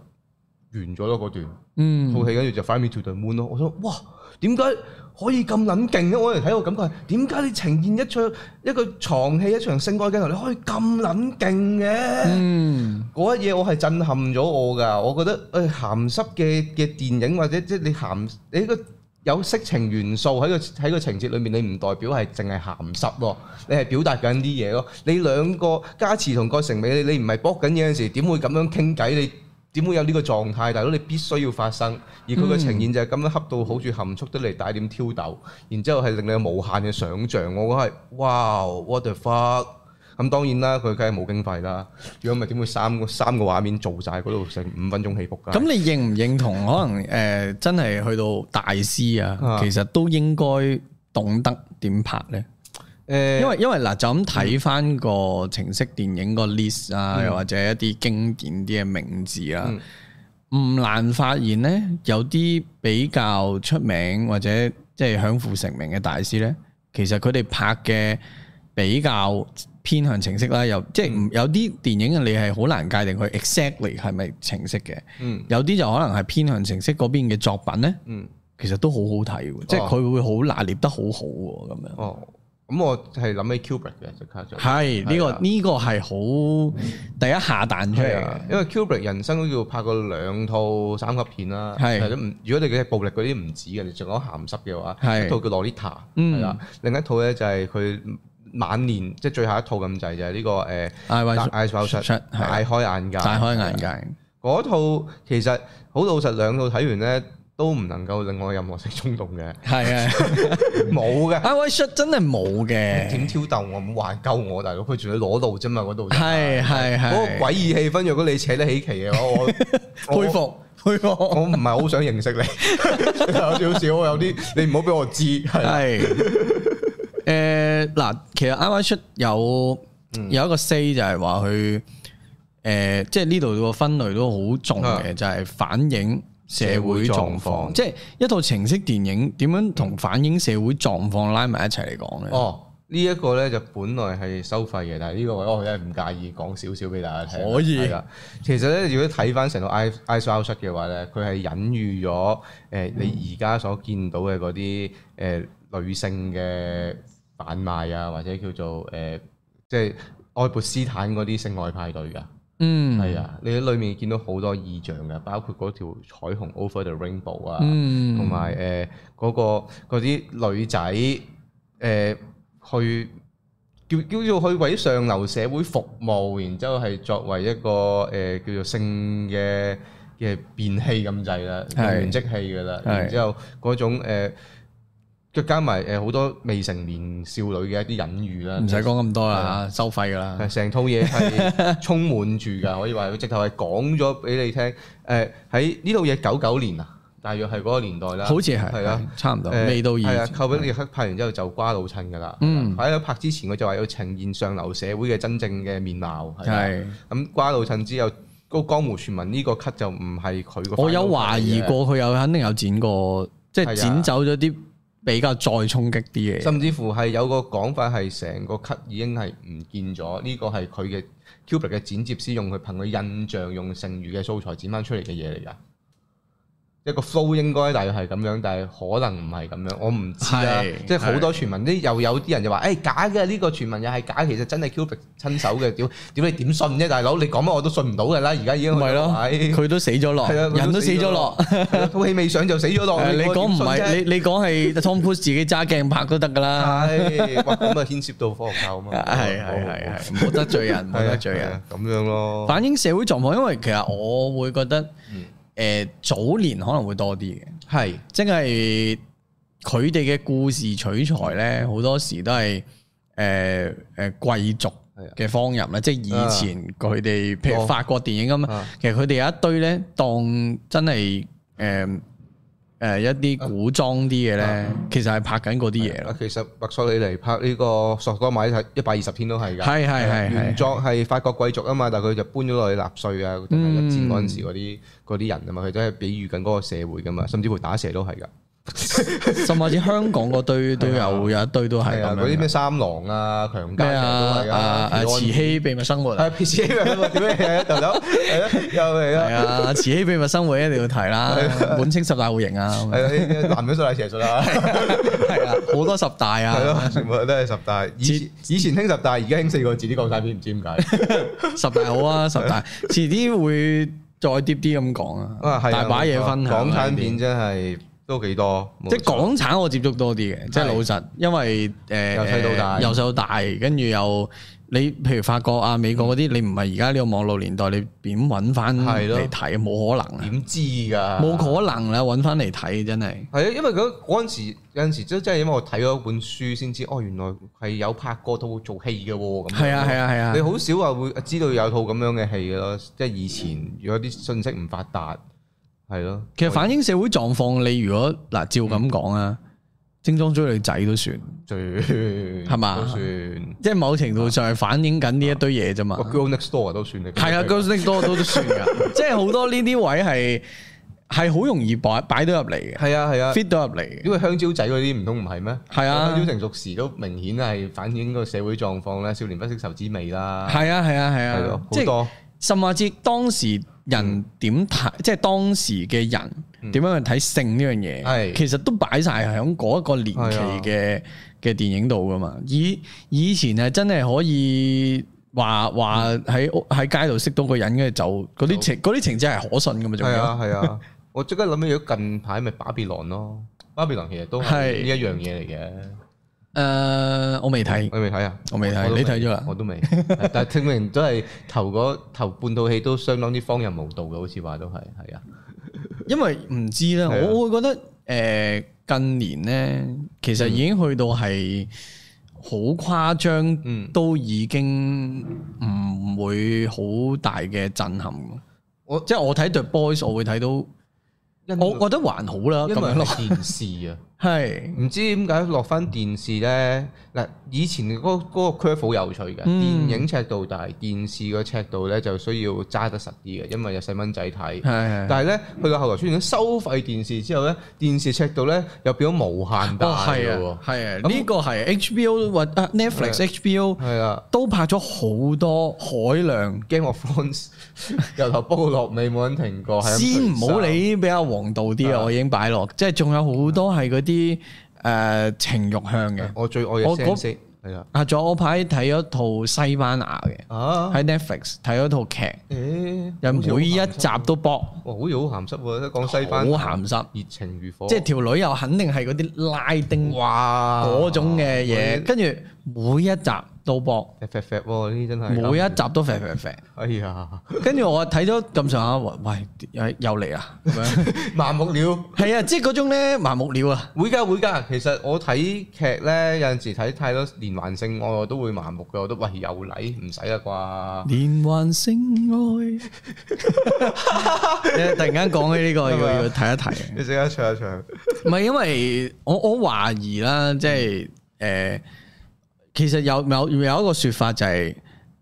A: 完咗咯嗰段
B: 嗯
A: 套戲，跟住就 Fly Me to the Moon 咯。我想哇，點解可以咁撚勁嘅？我嚟睇我感覺係點解你呈現一出一個床戲一場性愛鏡頭，你可以咁撚勁嘅？
B: 嗯
A: 嗰一嘢我係震撼咗我㗎，我覺得誒鹹濕嘅嘅電影或者即係你鹹你個有色情元素喺個喺個情節裏面，你唔代表係淨係鹹濕咯，你係表達緊啲嘢咯。你兩個加持同郭成美，你你唔係搏緊嘢嗰陣時，點會咁樣傾偈？你點會有呢個狀態？大佬你必須要發生，而佢嘅呈現就係咁樣恰到好處含蓄得嚟帶點挑逗，然之後係令你有無限嘅想像。我覺得係哇，what the fuck！咁當然啦，佢梗係冇經費啦。如果唔係點會三個三個畫面做晒嗰度成五分鐘起伏㗎？
B: 咁你認唔認同？可能誒、呃真係去到大師啊
A: 啊，
B: 其實都應該懂得點拍咧。
A: 誒，
B: 因為因為嗱，就咁睇翻個程式電影個 list 啊，
A: 嗯
B: 又或者一啲經典啲嘅名字啊，
A: 嗯
B: 唔難發現呢，有啲比較出名或者即係享負盛名嘅大師呢，其實佢哋拍嘅比較偏向程式啦，又即係唔
A: 嗯
B: 有啲電影你係好難界定佢 exactly 係咪程式嘅，
A: 嗯
B: 有啲就可能係偏向程式嗰邊嘅作品呢，
A: 嗯，
B: 其實都好好睇喎，即係佢會好拿捏得好好喎咁樣。
A: 哦，咁我係諗起 Kubrick 嘅即刻就
B: 係呢
A: 係啊
B: 個呢個係好第一下彈出嚟
A: 係
B: 嘅
A: 啊，因為 Kubrick 人生都要拍過兩套三級片啦，
B: 係
A: 都唔如果你嘅暴力嗰啲唔止嘅，你仲講鹹濕嘅話，
B: 係
A: 一套叫 Lolita
B: 嗯
A: 係啦，另一套咧就係佢晚年即係最後一套咁滯就係呢個誒
B: ，I Y
A: 大 Eyes Wide Shut
B: 係
A: 大開眼界，
B: 大開眼界，
A: 嗰套其實好老實兩套睇完咧都唔能夠令我有任何性衝動 嘅，
B: 係啊
A: 冇嘅。
B: ，I Y shut 真係冇嘅
A: 點，挑逗我，唔玩鳩我大佬，佢仲要攞路啫嘛嗰度。
B: 係係
A: 嗰個詭
B: 係，
A: 異氣氛，如果你扯得起旗嘅話， 我我
B: 佩服佩服，
A: 我唔係好想認 識你， 有少少有啲你唔好俾我知，係啊啦
B: 係誒嗱，其實 I Y shut 有
A: 嗯
B: 有一個 say 就係話佢誒，即係呢度個分類都好重嘅，就係反映。社會狀
A: 啊社會狀況
B: 況，即係一套程式電影點樣同反映社會狀況拉埋一齊嚟講咧？
A: 哦。呢一個咧就本來係收費嘅，但係呢個位我真係唔介意講少少俾大家聽。
B: 可以
A: 係啦其實咧，如果睇翻成個 I I S Out 出嘅話咧，佢係隱喻咗誒、呃
B: 嗯
A: 你而家所見到嘅嗰啲誒女性嘅販賣啊，或者叫做誒、呃即係愛潑斯坦嗰啲性愛派對㗎。
B: 嗯，
A: 係啊，你喺裏面見到好多意象嘅，包括嗰條彩虹 Over the Rainbow 啊，
B: 嗯
A: 同埋呃呃誒嗰個嗰啲女仔誒、去叫叫做去為上流社會服務，然之後係作為一個誒、呃叫做性嘅嘅變戲咁滯啦，
B: 係
A: 變即戲噶啦，
B: 係
A: 然之後嗰種誒再加埋誒好多未成年少女嘅一啲隱喻啦，
B: 唔使講咁多啦吓，收費噶啦，
A: 啊係成套嘢係充滿住㗎，可以話佢直頭係講咗俾你聽。誒喺呢套嘢九九年啊，大約係嗰個年代啦，
B: 好似係
A: 係啊。
B: 係差唔多，
A: 誒
B: 未到
A: 係
B: 二
A: 啊，，寇比力克拍完之後就瓜老襯㗎啦。
B: 嗯
A: 喺拍之前佢就話要呈現上流社會嘅真正嘅面貌。係啊
B: 係
A: 咁瓜老襯之後，嗰個江湖傳聞呢個 cut 就唔係佢個 final cut 嚟嘅。
B: 我有懷疑過佢有肯定有剪過，即係
A: 係啊
B: 剪走咗啲比較再衝擊啲嘅嘢，
A: 甚至乎係有個講法係成個 cut 已經係唔見咗，呢個係佢嘅 Kubrick 嘅剪接師用佢憑佢印象用剩餘嘅素材剪翻出嚟嘅嘢嚟㗎。一個 flow 應該大約係咁樣，但係可能唔係咁樣，我唔知啦
B: 係。
A: 即係好多傳聞，啲又有啲人就話：，誒、假嘅呢、個傳聞又係假，其實真係 Kubrick 親手嘅，屌屌你點信啫，大佬？你講乜我都信唔到㗎啦，而家已經
B: 唔
A: 去到
B: 係咯
A: 位，
B: 佢都死咗落，
A: 係啊佢
B: 人都死咗落。
A: 係啊套戲未上就死咗落。
B: 誒你
A: 講
B: 講唔係 你你講係 Tom Cruise 自己揸鏡拍都得㗎啦，
A: 係哇咁啊牽涉到科學教啊嘛。
B: 係係係係，唔好得罪人，唔好
A: 係
B: 得
A: 啊，
B: 罪
A: 係
B: 人。
A: 啊，咁樣咯。
B: 反映社會狀況，因為其實我會覺得，誒、早年可能會多啲嘅，
A: 係
B: 即係佢哋嘅故事取材咧，好多時都係誒誒貴族嘅方入啦，即係以前佢哋譬如
A: 哦
B: 法國電影咁啊
A: 啊，
B: 其實佢哋有一堆咧，當真係誒誒一啲古裝啲嘅咧，其實係拍緊嗰啲嘢咯
A: 啊，，其實麥索里尼拍呢個索多瑪係一百二十天都係㗎。
B: 係啊係係
A: 原
B: 係
A: 作係法國貴族啊嘛，但係佢就搬咗落去納粹啊，同埋日戰嗰陣時嗰啲嗰啲人啊嘛，佢都係比喻緊嗰個社會㗎嘛，甚至乎打蛇都係㗎。
B: 甚至香港嗰堆都有有一堆都係
A: 係啊，
B: 咁
A: 嗰啲
B: 樣
A: 咩。三郎啊、強姦
B: 咩
A: 其實
B: 啊
A: 都係？
B: 啊
A: 啊
B: 啊！慈禧秘密生活啊，
A: 係 P C 啊，點咩係啊，豆豆係啊，又嚟啦
B: 係。啊，慈禧秘密生活一定要提啦，滿清十大酷刑啊，咁樣
A: 係啊，呢啲男人數大邪術啊，
B: 係啊，好多十大
A: 係
B: 啊，
A: 咯，全部都係十大。以前以前興十大，而家興四個字啲港產片，唔知點解。
B: 十大好啊，十 大，遲啲會再跌啲咁講啊，
A: 啊，係啊
B: 大把嘢分享啊。
A: 港產片
B: 呢
A: 真係都幾多，
B: 啲
A: 冇
B: 即係
A: 錯
B: 港產我接觸多啲嘅，即係
A: 係
B: 老實，因為誒
A: 由細到大
B: 由細到大，跟住又你譬如法國啊、美國嗰啲，你唔係而家呢個網絡年代，你點揾翻
A: 係咯
B: 嚟睇？冇可能啊，
A: 點知㗎？
B: 冇可能啦，揾翻嚟睇真係。
A: 係啊，因為嗰嗰陣時有陣時真真係因為我睇咗本書先知，哦原來係有拍過套做戲嘅喎咁。
B: 係啊係啊係啊
A: 你，好少話會知道有套咁樣嘅戲嘅咯，即係以前如果啲信息唔發達，係咯。
B: 其實反映社會狀況，你如果嗱照咁講啊，
A: 嗯
B: 精裝追女仔都算，
A: 最
B: 係嘛
A: 都算。
B: 即係某程度上係反映緊呢一堆嘢啫嘛
A: 個。Girl Next Door 都算你
B: 係啊 g i r l s Next Door 都都 算㗎，即係好多呢啲位係係好容易擺擺到入嚟嘅
A: 係啊係啊，
B: ，fit 到入嚟嘅。
A: 因為香蕉仔嗰啲唔通唔係咩？
B: 係啊
A: 香蕉成熟時都明顯係反映個社會狀況啦，少年不識愁滋味啦。
B: 係啊係啊係
A: 係咯
B: 啊，，即
A: 好
B: 係
A: 多
B: 甚至當時
A: 嗯
B: 人點睇，即係當時嘅人點樣去睇性呢樣嘢，
A: 係啊
B: 其實都擺晒喺嗰一個年期嘅嘅電影度噶嘛。以以前係真係可以話話喺屋喺街度識到個人，跟住就嗰啲情嗰啲情節係可信噶嘛，仲
A: 係
B: 有
A: 啊係啊！ 我即刻諗起咗近排咪巴比倫咯，巴比倫其實都係
B: 係
A: 呢一樣嘢嚟嘅。
B: 誒我未睇，
A: 你未睇啊？
B: 我未睇
A: 都
B: 你睇咗啊啦
A: 我都未。但係聽明都係頭嗰頭半套戲都相當之荒淫無道嘅，好似話都係係啊。
B: 因為唔知啦，
A: 係啊
B: 我會覺得誒、呃近年咧，其實已經去到係好誇張，
A: 嗯
B: 都已經唔會好大嘅震撼。
A: 我
B: 即係我睇 The Boys，我會睇到，
A: 因
B: 我覺得還好啦，咁
A: 因為
B: 樣咯，
A: 係電視啊。
B: 係
A: 唔知點解落翻電視咧嗱，以前嗰嗰個 curve 好有趣嘅，
B: 嗯
A: 電影尺度大，電視個尺度咧就需要揸得實啲嘅，因為有細蚊仔睇。
B: 係係。
A: 但係咧，去到後來出現咗收費電視之後咧，電視尺度咧又變咗無限
B: 哦，
A: 大嘅
B: 係
A: 喎
B: 啊，，係啊，
A: 咁
B: 呢個係 HBO 或啊 Netflix、HBO
A: 係啊。
B: 都拍咗好多海量，
A: Game of Thrones 由頭煲到落尾冇人停過，哦係咁
B: 先唔好
A: 隨手。
B: 理比較黃道啲啊，
A: 啊
B: 我已經擺落，即係仲有好多係嗰啲誒情慾向嘅。
A: 我最愛
B: 我
A: 嘅
B: 嗰
A: sense 係啦，
B: 啊，仲有我排睇咗套西班牙嘅，
A: 啊，
B: 喺 Netflix 睇咗套劇，
A: 誒，
B: 又
A: 好似好
B: 每一
A: 鹹濕
B: 集都搏，
A: 哇，好似好哦鹹濕喎，一
B: 好
A: 講西班牙
B: 鹹濕，
A: 熱情如火，
B: 即係條女又肯定係嗰啲拉丁
A: 哇
B: 嗰種嘅嘢，跟住每一集到薄，
A: fat fat fat 喎，呢啲真係
B: 每一集都肥肥肥。
A: 哎呀，
B: 跟住我睇咗咁上下，喂，喂又嚟啊！咁樣
A: 麻木了。
B: 係啊，即係嗰種咧麻木了啊！
A: 會㗎會㗎，其實我睇劇咧，有陣時睇太多連環性愛，我都會麻木嘅，我都喂有禮唔使啦 啩。
B: 連環性 愛，突然間講起呢、個，要要睇一睇。啊
A: 你即刻唱一唱，
B: 唔係因為我我懷疑啦，即係诶、呃其實有有有一個说法就係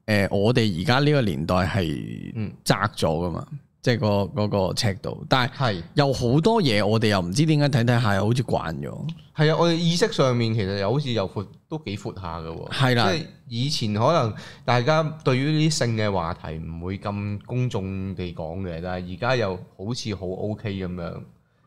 B: 呃我哋而家呢個年代係
A: 嗯
B: 窄咗噶嘛，即係個嗰個尺度，但係
A: 係
B: 有好多嘢我哋又唔知點解睇睇下又好似慣咗，
A: 係啊！我哋意識上面其實又好似又闊，都幾闊下嘅喎。
B: 係啦
A: 即係以前可能大家對於呢啲性嘅話題唔會咁公眾地講嘅，但係而家又好似好 OK 咁樣。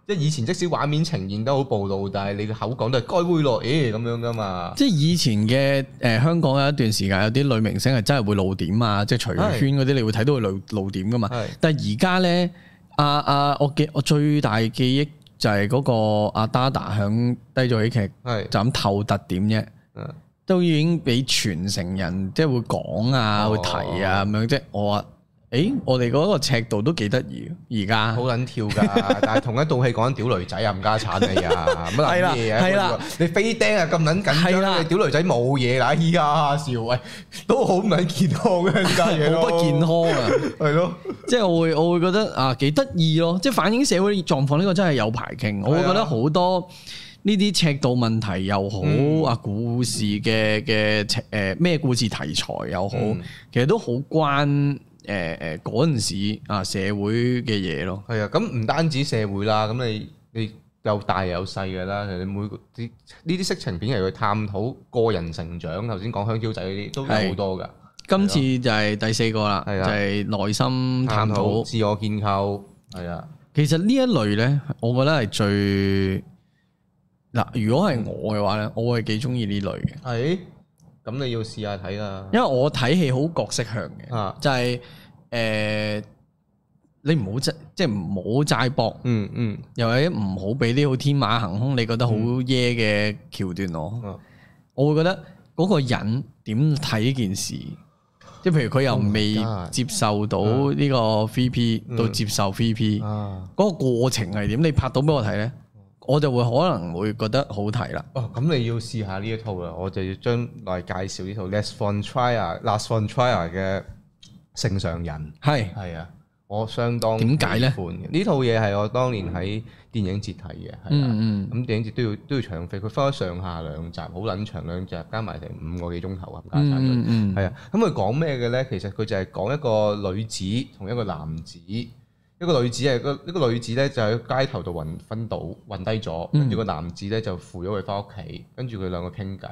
A: 即係以前即使畫面呈現得好暴露，但係你嘅口講都係該會落，咦咁樣㗎嘛。
B: 即係以前嘅诶、呃香港有一段時間有啲女明星係真係會露點啊，即係徐若瑄嗰啲，你會睇到佢露露點噶嘛。
A: 係
B: 但係而家咧，阿、阿、我記我最大記憶就係嗰個阿 Dada 響低咗喜劇。
A: 係
B: 就咁透特點啫，
A: 嗯
B: 都已經俾全城人即係會講啊，
A: 哦
B: 會提啊咁樣啫。我話：，誒，我哋嗰個尺度都幾得意，而家
A: 好撚跳 㗎，但係同一道戲講緊屌女仔啊，冚家產你啊，乜
B: 係啦
A: 撚嘢啊？
B: 係啦，
A: 你飛釘啊咁撚緊
B: 係
A: 張，
B: 啦
A: 你屌女仔冇嘢啦，依家笑喂都好唔撚健康嘅呢家嘢
B: 好
A: 咯，
B: 不健康啊！
A: 係咯，
B: 即係我會我會覺得啊幾得意咯，即係反映社會狀況呢個真係有排傾。我會覺得好多呢啲尺度問題又好、
A: 嗯
B: 啊，故事嘅嘅尺誒咩故事題材又好，
A: 嗯
B: 其實都好關誒誒嗰陣時啊社會嘅嘢咯。
A: 係啊，咁唔單止社會啦，咁你你有大有細㗎啦，其實你每個啲呢啲色情片係去探討個人成長，頭先講香蕉仔嗰啲都有好多㗎，
B: 今次就係第四個啦，就
A: 係啊
B: 係內心探討。
A: 自我建構，係啊，
B: 其實呢一類呢，我覺得係最嗱，如果係我嘅話呢，我係幾中意呢類嘅，
A: 係，哎咁你要試下睇啦，
B: 因為我睇戲好角色向嘅，
A: 啊，
B: 就係、呃你唔好即即係唔好齋搏，
A: 嗯嗯。
B: 又或者唔好俾啲好天馬行空，你覺得好耶嘅橋段我。
A: 嗯
B: 我會覺得嗰個人點睇呢件事，即係譬如佢由
A: Oh my
B: 未
A: God 嗯
B: 接受到呢個 VP 到接受 VP，
A: 啊，
B: 嗰個過程係點？你拍到俾我睇呢，我就會可能會覺得好睇啦。
A: 哦，咁你要試下呢一套啊啦，我就要將來介紹呢套 Last Von Trier、Last Von Trier 嘅《聖上人》。
B: 係
A: 係啊，我相當
B: 點解呢
A: 喜歡嘅呢套嘢係我當年喺電影節睇嘅，係啊。
B: 嗯
A: 咁電影節都要都要長飛，佢分咗上下兩集，好撚長兩集，加埋成五個幾鐘頭啊，
B: 嗯
A: 加曬佢。
B: 嗯嗯
A: 係啊，咁佢講咩嘅咧？其實佢就係講一個女子同一個男子，一個女子係個一個女子咧就喺街頭度暈昏倒，暈低咗，跟
B: 嗯
A: 住個男子咧就扶咗佢翻屋企，跟住佢兩個傾偈。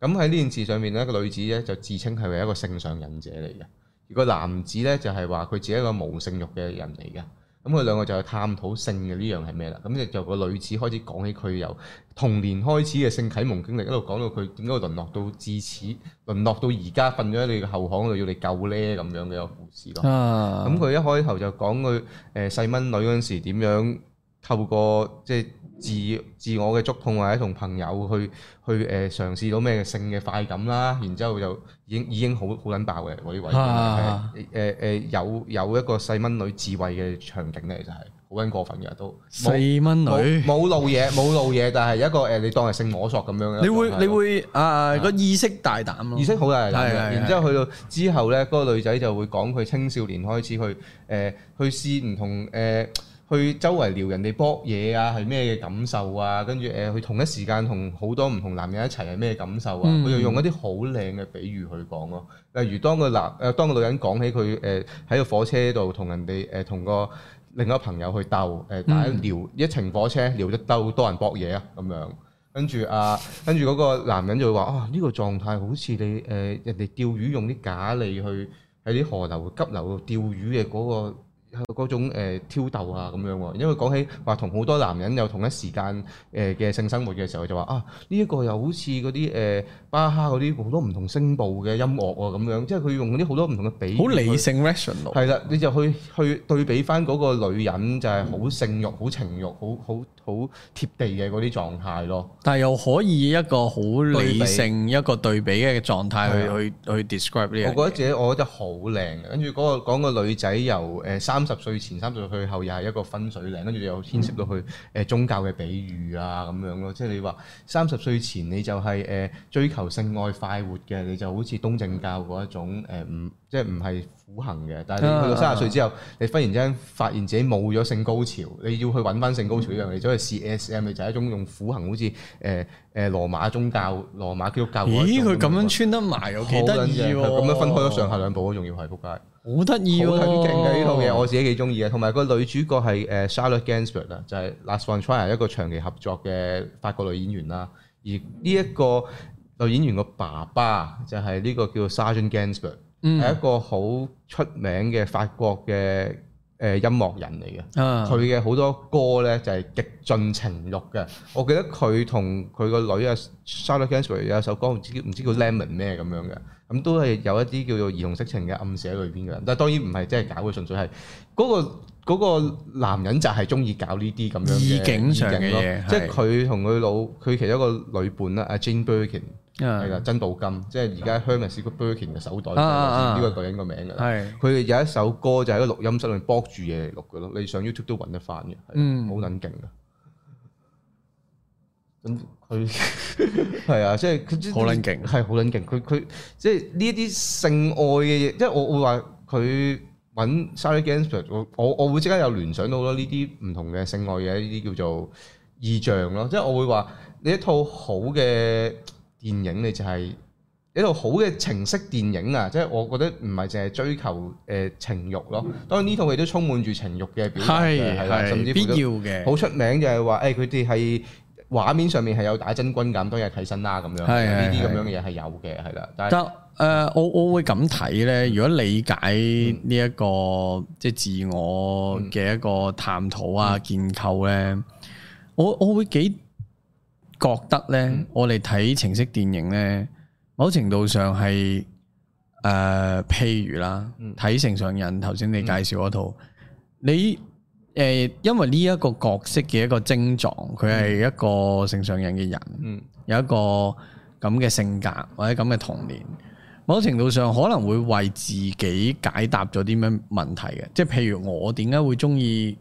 A: 咁喺呢件事上面咧，個女子咧就自稱係為一個性上癮者嚟嘅，而個男子咧就係話佢自己係一個無性欲嘅人嚟嘅。咁佢兩個就去探討性嘅呢樣係咩啦。咁就由個女子開始講起佢由童年開始嘅性啟蒙經歷，一路講到佢點解會淪落到至此，淪落到而家瞓咗喺你嘅後巷度要你救咧咁樣嘅一個故事咯。
B: 啊
A: 咁佢一開頭就講佢誒細蚊女嗰陣時點樣透過即係自自我嘅觸碰或者同朋友去去誒、呃嘗試到咩性嘅快感啦，然之後就已經已經好好撚爆嘅嗰啲位，
B: 啊
A: 誒誒誒有有一個細蚊女智慧嘅場景咧，就係好撚過分嘅都冇
B: 細蚊
A: 冇
B: 女，
A: 冇露嘢冇露嘢，但係一個誒你當係性摸索咁樣嘅
B: 你
A: 一個
B: 會
A: 係
B: 你
A: 咯
B: 會啊個意識大膽咯
A: 意。識好大
B: 係
A: 膽嘅，
B: 係
A: 然之後去到之後咧，嗰、個女仔就會講佢青少年開始去誒、呃去試唔同誒、呃去周圍撩人哋搏嘢啊，係咩嘅感受啊，跟住誒佢同一時間同好多唔同男人一齊係咩感受啊，
B: 嗯
A: 佢、就用一啲好靚嘅比喻去講咯。例如當個男誒、呃、當個女人講起佢誒喺個火車度同人哋誒同個另一個朋友去鬥誒，大家聊一程火車聊得鬥多人搏嘢啊咁樣。跟住啊，跟住嗰個男人就會話：啊，呢、個狀態好似你誒、呃人哋釣魚用啲假餌去喺啲河流急流度釣魚嘅嗰個嗰種、呃、挑逗啊咁樣喎。因為講起話同好多男人有同一時間誒嘅性生活嘅時候，就話啊呢一、個又好似嗰啲誒巴哈嗰啲好多唔同聲部嘅音樂喎咁樣，即係佢用嗰啲好多唔同嘅比喻
B: 好理
A: 去
B: 性 rational。
A: 係啦，你就去去對比翻嗰個女人就係好性慾、好情慾、好好好貼地嘅嗰啲狀態咯。
B: 但又可以一個好理
A: 對比
B: 性一個對比嘅狀態
A: 係啊
B: 去去去 describe 呢
A: 我
B: 樣
A: 覺
B: 嘢。
A: 得自己我覺得好靚嘅，跟住嗰個講個女仔由誒三十歲前、三十歲後又係一個分水嶺，跟住又牽涉到去
B: 嗯
A: 誒宗教嘅比喻啊咁樣咯。即係你話三十歲前你就係誒追求性愛快活嘅，你就好似東正教嗰一種誒唔即係唔係苦行嘅。但係
B: 啊
A: 你去到三十歲之後，你忽然之間發現自己冇咗性高潮，你要去揾翻性高
B: 嗯
A: 潮呢樣嘢，你走去試 SM，你就係一種用苦行，好似誒誒羅馬宗教、羅馬基督教嗰一
B: 咦，
A: 種
B: 佢咁
A: 樣
B: 樣穿得埋又幾
A: 啊好撚
B: 得意
A: 正
B: 喎！
A: 佢咁樣分開咗上下兩部，仲要係仆街，
B: 好得意喎！
A: 好撚勁嘅呢套嘢，我自己幾中意嘅。同埋個女主角係誒 Charlotte Gainsbourg 啊，就係 Last One Trier 一個長期合作嘅法國女演員啦。而呢一個女演員個爸爸就係呢個叫 Sargent Gainsbourg，係一個好出名嘅法國嘅誒音樂人嚟嘅。
B: 啊
A: 佢嘅好多歌咧就係極盡情慾嘅。我記得佢同佢個女啊 Charlotte Gainsbourg 有一首歌唔知唔知叫 Lemon 咩咁樣嘅，咁都係有一啲叫做兒童色情嘅暗示喺裏邊嘅。但係當然唔係真係搞嘅，純粹係嗰、個。嗰個男人就係中意搞呢啲咁樣嘅
B: 意境上嘅
A: 意境咯
B: 嘢
A: 即係
B: 係
A: 佢同佢老佢其中一個女伴啦，啊阿 Jane Birkin 係
B: 啊
A: 啦，珍寶金，即係而家 Hermes 個 Birkin 嘅手袋，
B: 啊啊啊
A: 呢個女人個名㗎啦。
B: 係
A: 佢哋有一首歌就喺個錄音室裏面播住嘢嚟錄嘅咯，你上 YouTube 都揾得翻嘅，係
B: 嗯
A: 好撚勁嘅。咁佢係啊，即係佢
B: 好撚勁
A: 係好撚勁。佢佢即係呢啲性愛嘅嘢，即係我會話佢揾 Sally g a n s b e r g 我我我會即刻有聯想到咯呢啲唔同嘅性愛嘅呢啲叫做意象咯。即係我會話你一套好嘅電影，你就係、一套好嘅情色電影啊，即係我覺得唔係淨係追求誒、呃情慾咯。當然呢套戲都充滿住情慾嘅表達嘅，
B: 嗯係
A: 啦，甚
B: 係
A: 至
B: 必
A: 乎都
B: 要嘅，
A: 好出名就係話誒，佢哋係畫面上面係有打真軍咁，當然係替身啦咁樣，
B: 係
A: 呢啲
B: 係
A: 咁樣嘅嘢係有嘅，係啦。但係
B: 但誒，我我會咁睇咧。如果理解呢一個即係自我嘅一個探討啊、建構咧，我我會幾覺得咧，我哋睇情色電影咧，某程度上係誒，譬如啦，睇《成上癮》，頭先你介紹嗰套，你。誒，因為呢一個角色嘅一個症狀，佢係一個性上癮嘅人，
A: 嗯
B: 有一個咁嘅性格或者咁嘅童年，某程度上可能會為自己解答咗啲咩問題嘅，即係譬如我點解會中意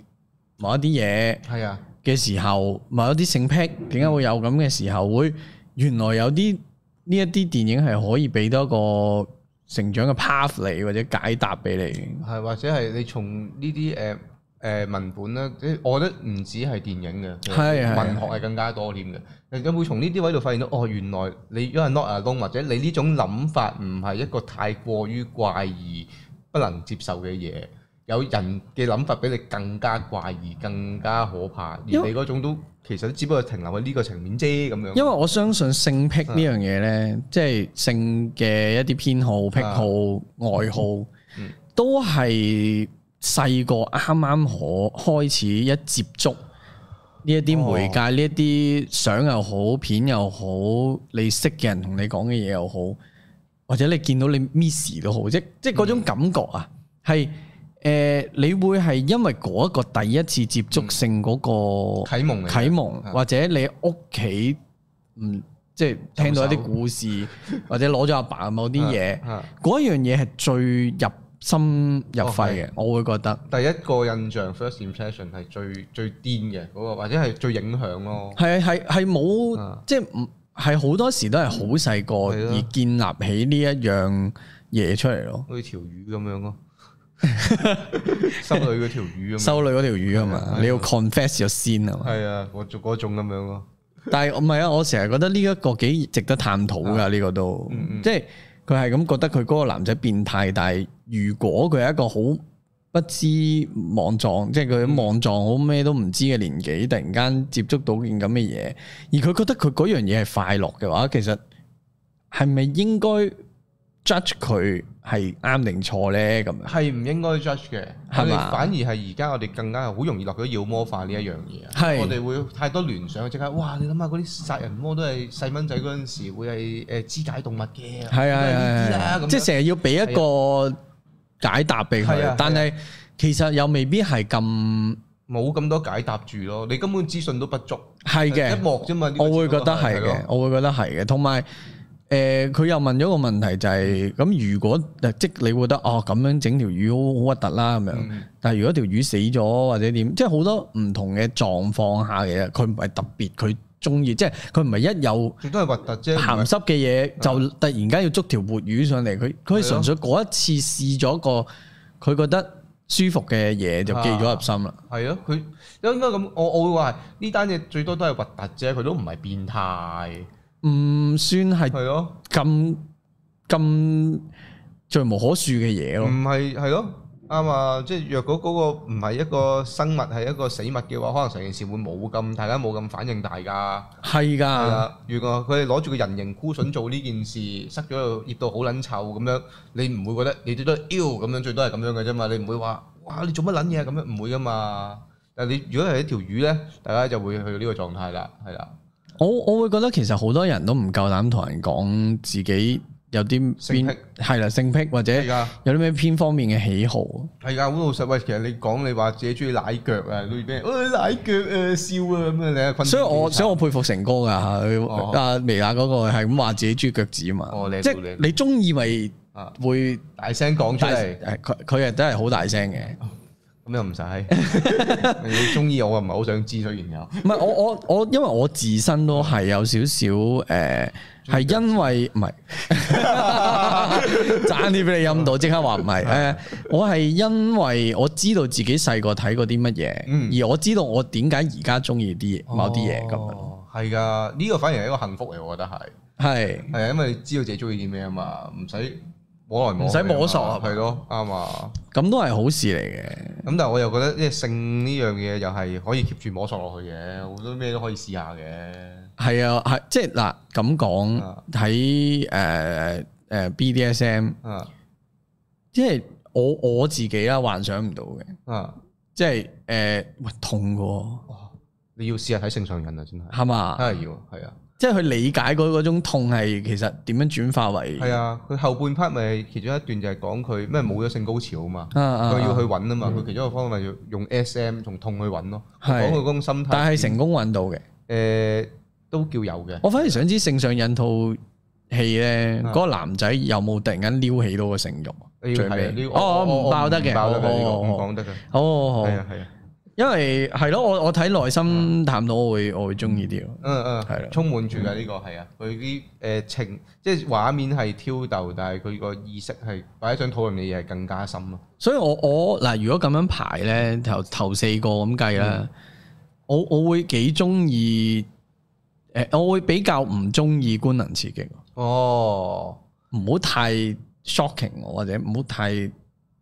B: 某一啲嘢
A: 係啊，
B: 嘅時候，某一啲性癖點解會有咁嘅時候，會原來有啲呢一啲電影係可以俾多一個成長嘅 path 你或者解答俾你，
A: 係或者係你從呢啲誒誒文本咧，即係我覺得唔止係電影嘅，其實
B: 係係
A: 文學係更加多添嘅。你有冇從呢啲位度發現到哦？原來你 you are not alone，或者你呢種諗法唔係一個太過於怪異、不能接受嘅嘢。有人嘅諗法比你更加怪異、更加可怕，而你
B: 因為
A: 嗰種都其實都只不過停留喺呢個層面啫咁樣。啊
B: 因為我相信性癖呢樣嘢呢，即係性嘅一啲偏好、癖好、愛好
A: 嗯，
B: 都係細個啱啱可開始一接觸呢一
A: 哦
B: 啲媒介，呢一啲相又好、片又好，你識嘅人同你講嘅嘢又好，或者你見到你 miss 都好，即即係嗰種感覺啊，係誒、你會係因為嗰一個第一次接
A: 嗯
B: 觸性嗰、個。
A: 啟蒙嚟嘅，
B: 啟蒙，
A: 啊
B: 或者你屋企唔即係聽到一啲故事，或者攞咗阿爸某啲嘢，
A: 啊
B: 嗰一樣嘢係最入心入肺嘅，
A: 哦
B: 我會覺得
A: 第一個印象 first impression 係最最癲嘅嗰個，或者係最影響咯。
B: 係係係冇
A: 啊
B: 即係唔係好多時都係好細個
A: 係咯
B: 而建立起呢一樣嘢出嚟咯。
A: 好似條魚咁樣咯， 修女嗰條魚咁樣。
B: 修女嗰條魚啊嘛，你要 confess 咗先啊嘛。
A: 係啊，我做嗰種咁樣咯。
B: 但係我唔係啊，我成日覺得呢一個幾值得探討
A: 啊
B: 㗎，呢個都，
A: 嗯
B: 即係佢係咁覺得佢嗰個男仔變態，但係如果佢係一個好不知網狀，即係
A: 嗯
B: 佢網狀好咩都唔知嘅年紀，突然間接觸到件咁嘅嘢，而佢覺得佢嗰樣嘢係快樂嘅話，其實係咪應該 judge 佢係啱定錯咧？咁樣
A: 係唔應該 judge 嘅，我
B: 係
A: 哋
B: 嘛
A: 反而係而家我哋更加好容易落咗妖魔化呢一樣嘢啊。
B: 係
A: 我哋會太多聯想，即刻哇！你諗下嗰啲殺人魔都係細蚊仔嗰陣時會係誒肢解動物嘅，
B: 係啊
A: 都
B: 係
A: 呢啲啦
B: 啊，
A: 咁樣
B: 係
A: 啊
B: 即係成日要俾一個解答俾
A: 係啊係啊
B: 佢，但係其實又未必係咁
A: 冇咁多解答住咯。你根本資訊都不足，
B: 係嘅
A: 一。幕啫嘛。呢個
B: 我會覺得係
A: 只不過
B: 嘅，我會覺得係嘅。同埋誒，佢、又問咗個問題就係、咁如果呃即係你會覺得哦咁樣整條魚好好核突啦咁樣，
A: 嗯
B: 但係如果條魚死咗或者點，即係好多唔同嘅狀況下嘅，佢唔係特別佢中意，即係佢唔係一有
A: 最多係核突啫。唔
B: 鹹
A: 係
B: 濕嘅嘢就突然間要捉條活魚上嚟，佢佢
A: 嗯係咯
B: 純粹嗰一次試咗個佢覺得舒服嘅嘢就記咗入心啦。
A: 係啊，佢應該咁，我我會話呢單嘢最多都係核突啫，佢都唔係變態，
B: 唔算係
A: 係咯。
B: 咁咁罪無可恕嘅嘢咯。
A: 唔係係咯，啱啊！即係若果嗰個唔係一個生物，係一個死物嘅話，可能成件事會冇咁大家冇咁反應大㗎。
B: 啊係
A: 係
B: 噶，
A: 啦，如果佢哋攞住個人形菇筍做呢件事，塞咗個醃到好撚臭咁樣，你唔會覺得你最多 ill 咁樣，最多係咁樣嘅啫嘛。你唔會話哇你做乜撚嘢啊咁樣，唔會噶嘛。但係你如果係一條魚咧，大家就會去到呢個狀態啦，係啦，
B: 我我會覺得其實好多人都唔夠膽同人講自己有啲
A: 性
B: 邊係啦性癖或者
A: 係㗎。
B: 有啲咩偏方面嘅喜好。
A: 係噶，好老實喂，其實你講你話自己中意奶腳啊，都俾人，誒奶腳誒笑啊咁樣，你係困
B: 所以我
A: 擾
B: 所以我佩服成哥㗎，
A: 哦
B: 佢阿薇亞嗰個係咁話自己中意腳趾嘛
A: 哦你，
B: 即
A: 你
B: 係你中意咪
A: 啊
B: 會
A: 大聲講出
B: 大
A: 嚟
B: 誒，佢佢係真係好大聲嘅。
A: 咁又唔 使。你中意我啊，唔係好想知，雖然有
B: 唔係我我我，因為我自身都係有少少誒，係、因為唔係 爭啲俾你陰到，即刻話唔係誒，我係因為我知道自己細個睇過啲乜嘢，
A: 嗯哦
B: 而我知道我點解而家中意啲嘢某啲嘢咁樣，
A: 樣。哦係噶，呢個反而係一個幸福嚟，我覺得係，
B: 係
A: 係啊因為你知道自己中意啲咩啊嘛，唔使摸來摸
B: 唔使摸索
A: 啊
B: 啊，
A: 係咯，啱啊。
B: 咁都係好事
A: 咁但係我又覺得，即係性呢樣嘢又係可以 keep 住摸索落去嘅，好多咩都可以試下嘅。
B: 嚟嘅，係啊，係即係嗱咁講
A: 啊
B: 喺呃誒誒 BDSM，
A: 啊
B: 即係我我自己啦，幻想唔到嘅，
A: 啊，
B: 即係誒、喂痛嘅喎。
A: 哇！你要試下睇性上癮啊，真係。
B: 係嘛？
A: 真係要，係啊，
B: 即係佢理解嗰嗰種痛係其實點樣轉化為
A: 係啊，佢後半 part 咪其中一段就係講佢咩冇咗性高潮啊嘛，
B: 啊啊
A: 佢要去
B: 啊！
A: 揾啊嘛，佢其中一個方法就用 S.M. 同痛去揾咯，
B: 係
A: 講佢嗰種心態。
B: 但係成功揾到嘅。
A: 誒都叫有嘅，
B: 我反而想知性上癮套戲咧，
A: 啊
B: 嗰個男仔有冇突然間撩起到個性
A: 你
B: 慾？
A: 要
B: 最
A: 睇啊呢
B: 尾
A: 個
B: 哦，唔爆得嘅，
A: 唔爆得嘅呢個，唔
B: 哦
A: 講得嘅，
B: 哦哦
A: 係
B: 哦，
A: 啊係啊，
B: 因為係咯，我我睇內心探討，我會我會中意啲咯。
A: 嗯嗯，
B: 係啦
A: 充滿住嘅呢個係啊，佢啲誒情即係畫面係挑逗，但係佢個意識係擺喺想討論嘅嘢係更加深咯。
B: 所以我我嗱，如果咁樣排咧，頭頭四個咁
A: 嗯
B: 計啦，我我會幾中意，誒，我會比較唔中意官能刺激。
A: 哦，
B: 唔好太 shocking 我，或者唔好太即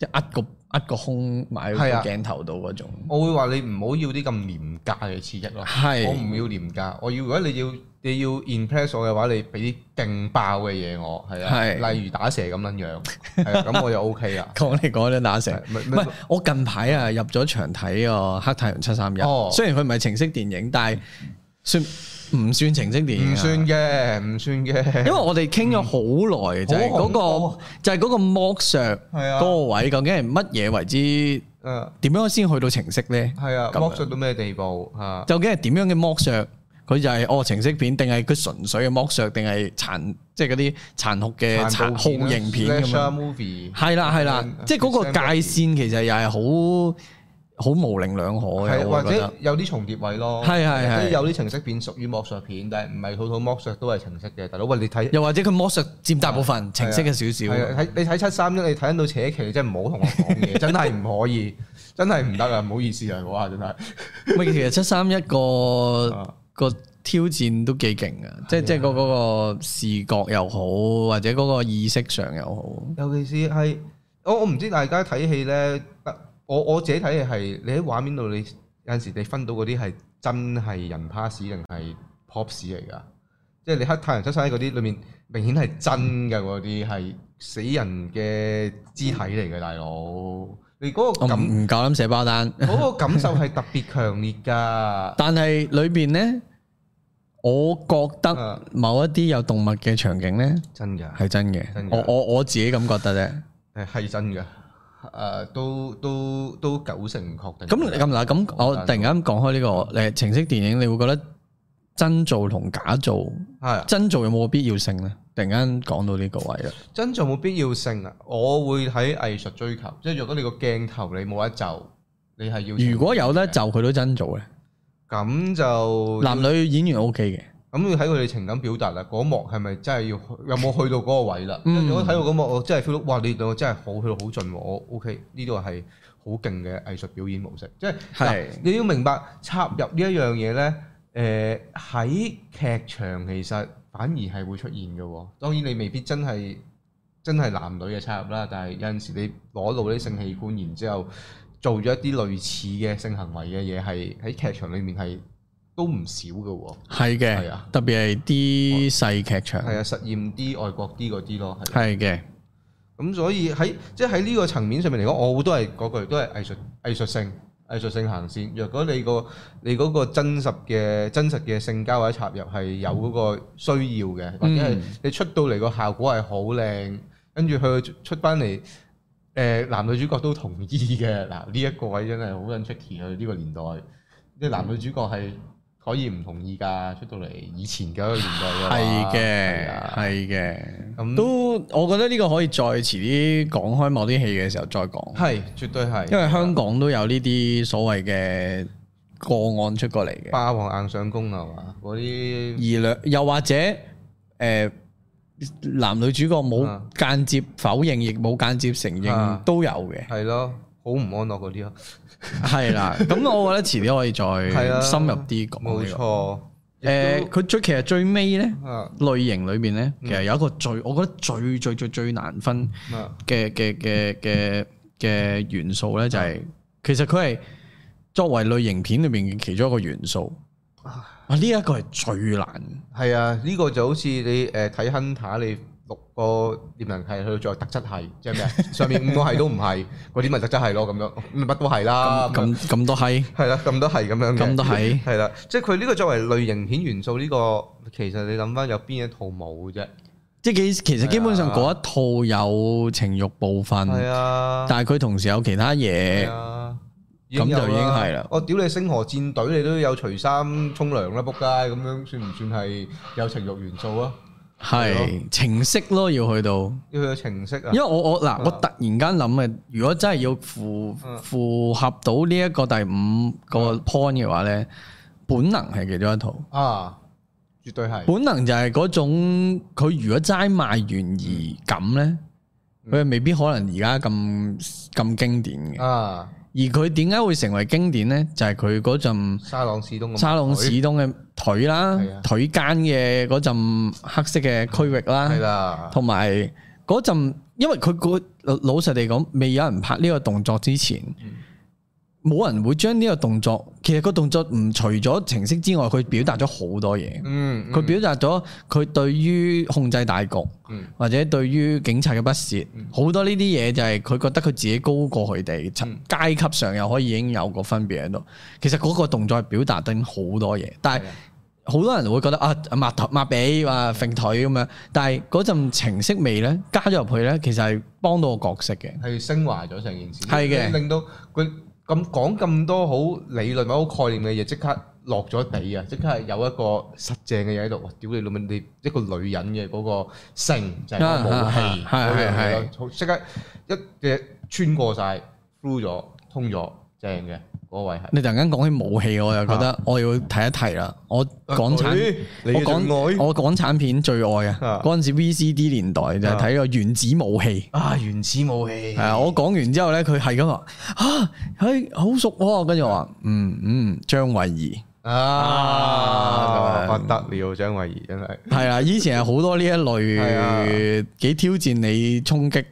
B: 係呃個呃個胸埋
A: 係
B: 喺個
A: 啊
B: 鏡頭度嗰種。
A: 我會話你唔好要啲咁廉價嘅刺激咯。
B: 係
A: 我唔要廉價，我要如果你要你要 impress 我嘅話，你俾啲勁爆嘅嘢我，係啊，
B: 係
A: 例如打蛇咁樣樣， 係啊，咁我就 OK 啦。
B: 講嚟講去都打成。
A: 係咪
B: 唔係，我近排啊入咗場睇個《黑太陽七三一
A: 哦》，
B: 雖然佢唔係情色電影，但係算唔算情色電影
A: 唔
B: 啊
A: 算嘅，唔算
B: 因為
A: 嘅，
B: 我哋傾咗好耐，就係嗰
A: 好
B: 個
A: 恐
B: 就係嗰個剝削
A: 係哦 啊，
B: 嗰個位，究竟係乜嘢為之？
A: 誒
B: 點樣先去到情色咧？
A: 啊係啊，
B: 咁樣
A: 剝削到咩地步啊嚇？
B: 究竟係點樣嘅剝削？佢就係、哦情色片，定係佢純粹嘅剝削，定係殘即係嗰啲殘酷嘅殘酷刑片咁樣？
A: movie
B: 係啦係啦
A: 嗯，
B: 即係嗰個界
A: Sam Raimi
B: 線其實又係好好模棱兩可嘅，
A: 係
B: 我
A: 或
B: 會覺得
A: 者有啲重疊位咯，
B: 係係係
A: 即有啲情色片屬於剝削片，但係唔係套套剝削都係情色嘅，大佬喂你睇。
B: 又或者佢剝削佔大部分情色嘅少少
A: 係。啊，睇你睇七三一，你睇得到扯旗，真係唔好同我講 嘢，真係唔可以，真係唔得啊！唔好意思啊，我話真係。
B: 咪其實七三一個
A: 啊
B: 個挑戰都幾勁嘅，即係啊即係嗰嗰個視覺又好，或者嗰個意識上又好。
A: 尤其是係我我唔知大家睇戲咧，得我我自己睇戲係你喺畫面度，你有陣時你分到嗰啲係真係人 pass 定係 pop 屎嚟㗎。即係你黑太陽出山嗰啲裏面明顯係真嘅嗰啲係死人嘅肢體嚟嘅，大佬，你嗰個
B: 我唔
A: 感
B: 唔夠膽寫包單。
A: 嗰個感受係特別強烈㗎。
B: 但係裏边呢，我覺
A: 啊
B: 得某一啲有動物嘅場景呢
A: 真㗎，
B: 係真嘅
A: 真，㗎
B: 我我我自己咁覺得啫。
A: 係係真㗎，誒、都都都九成確定。
B: 咁咁嗱，咁我突然間講開呢、個诶情色電影，你會覺得真做同假做，
A: 係啊
B: 真做有冇必要性呢？突然間講到呢個位啦，
A: 真做冇必要性啊！我會喺藝術追求，即係若果你個鏡頭你冇得就，你係啊要
B: 如果有得就佢都真做嘅，
A: 咁就
B: 男女演員 O K 嘅，
A: 咁要睇佢哋情感表達啦，嗰幕係咪真係要去有冇去到嗰個位啦？
B: 嗯
A: 如果睇到嗰幕，我真係 feel 到，哇！你兩個真係好去到好盡喎，我 OK，呢度係好勁嘅藝術表演模式。即係嗱
B: 係
A: 你要明白插入呢一樣嘢呢，誒、喺劇場其實反而係會出現嘅喎。當然你未必真係真係男女嘅插入啦，但係有陣時你攞到啲性器官，然之後做咗一啲類似嘅性行為嘅嘢，係喺劇場裏面係都唔少嘅喎。
B: 係
A: 係
B: 嘅
A: 啊，哦
B: 特別係啲細劇場，
A: 係啊，實驗啲外國啲嗰啲咯，係啊。
B: 係嘅，
A: 咁所以喺即係喺呢個層面上面嚟講，我都係嗰句，都係藝術藝術性藝術性行先。若果你個你嗰個真實嘅真實嘅性交或者插入係有嗰個需要嘅，或者係你出到嚟個效果係好靚，跟住佢出翻嚟。誒、男女主角都同意嘅， 嗱呢一個位真係好撚 tricky 佢呢個年代，即係男女主角係可以唔同意㗎，出到嚟以前嘅一個年代
B: 係
A: 話
B: 嘅，
A: 啊
B: 係嘅。
A: 咁
B: 都，我覺得呢個可以再遲啲講開某啲戲嘅時候再講，
A: 係啊絕對係，
B: 因為香港都有呢啲所謂嘅個案出過嚟嘅。
A: 霸王硬上弓啊嘛，嗰啲
B: 而兩又或者誒、呃男女主角冇
A: 啊
B: 間接否認，亦冇間接承認，
A: 啊
B: 都有嘅，
A: 係咯，好唔安樂嗰啲咯，
B: 係啦。 咁我覺得遲啲可以
A: 係啊
B: 再深入啲講
A: 冇
B: 呢個。
A: 錯。
B: 誒，佢最其實最尾咧
A: 誒啊
B: 類型裏邊咧，其
A: 嗯
B: 實有一個最我覺得最最最最難分
A: 啊
B: 嘅嘅嘅嘅嘅元素咧，就係其實佢係作為類型片裏邊嘅其中一個元素。啊！呢一個係最難嘅。
A: 係啊，呢個就好似你誒睇 Hunter 你。六個獵人係去到最後特質係，即 係咩啊？上面五個係都唔係，嗰啲咪特質係咯咁樣，咁乜都係啦。咁樣
B: 咁咁多閪，
A: 係啦，咁都係咁樣嘅。
B: 咁多閪。
A: 係啦，即係佢呢個作為類型片元素呢個，其實你諗翻有邊一套冇啫？
B: 即係其其實基本
A: 係
B: 上
A: 啊
B: 嗰一套有情慾部分，
A: 係啊。
B: 但係佢同時有其他嘢，
A: 啊
B: 咁就已經係啦
A: 有我屌你星河戰隊，你都有除衫沖涼啦，仆街咁樣，算唔算係有情慾元素啊？
B: 係情色咯，要去到。
A: 要佢有情色啊
B: 因為！我我嗱，我突然間諗嘅，如果真係要符
A: 嗯
B: 符合到呢一個第五個 point 嘅話咧，本能係其中一套。
A: 啊，絕對係。
B: 本能就係嗰種佢如果齋賣懸疑
A: 嗯
B: 感咧，佢又未必可能而家咁咁經典嘅。
A: 啊，
B: 而佢點解會成為經典咧？就係佢嗰陣。
A: 沙朗史東咁。
B: 沙朗市
A: 係
B: 東嘅腿啦
A: 係啊，嗯
B: 腿間嘅嗰陣黑色嘅區域啦，
A: 啦，
B: 同埋嗰陣，因為佢個老老實地講，未有人拍呢個動作之前，
A: 嗯
B: 冇人會將呢個動作，其實個動作唔除咗程式之外，佢表達咗好多嘢。
A: 嗯，
B: 佢表達咗佢對於控制大局，
A: 嗯
B: 或者對於警察嘅不屑，好、多呢啲嘢就係佢覺得佢自己高過佢哋，層階級上又可以已經有個分別喺度。其實嗰個動作係表達緊好多嘢，但係
A: 係啊
B: 好多人會覺得啊抹頭抹鼻啊揈腿咁樣，但係嗰陣情色味咧加咗入去咧，其實係幫到個角色嘅。
A: 係升華咗成件事。
B: 係嘅
A: 令到佢咁講咁多好理論或者好概念嘅嘢，即刻落咗地啊！即刻係有一個實正嘅嘢喺度。哇！屌你老味，你一個女人嘅嗰個性就係嗰個武器，
B: 啊啊啊
A: 嗰樣嘢
B: 係係
A: 咯好即刻一嘅穿過晒 through 咗，通咗，正嘅嗰位係。
B: 你突然間講起武器，我又覺得我要提一提啦。我港產
A: 佢你
B: 我
A: 嘅
B: 港
A: 最愛
B: 我港產片最愛
A: 啊
B: 啊！嗰陣時 VCD 年代就係睇個原子武器。
A: 啊，原始武器
B: 係啊，我講完之後咧，佢係咁話啊，係好熟喎。跟住我話嗯嗯，張慧儀
A: 啊，不得了，張慧儀真係
B: 係啦，以前係好多呢 一
A: 係
B: 類
A: 啊
B: 幾挑戰你、衝擊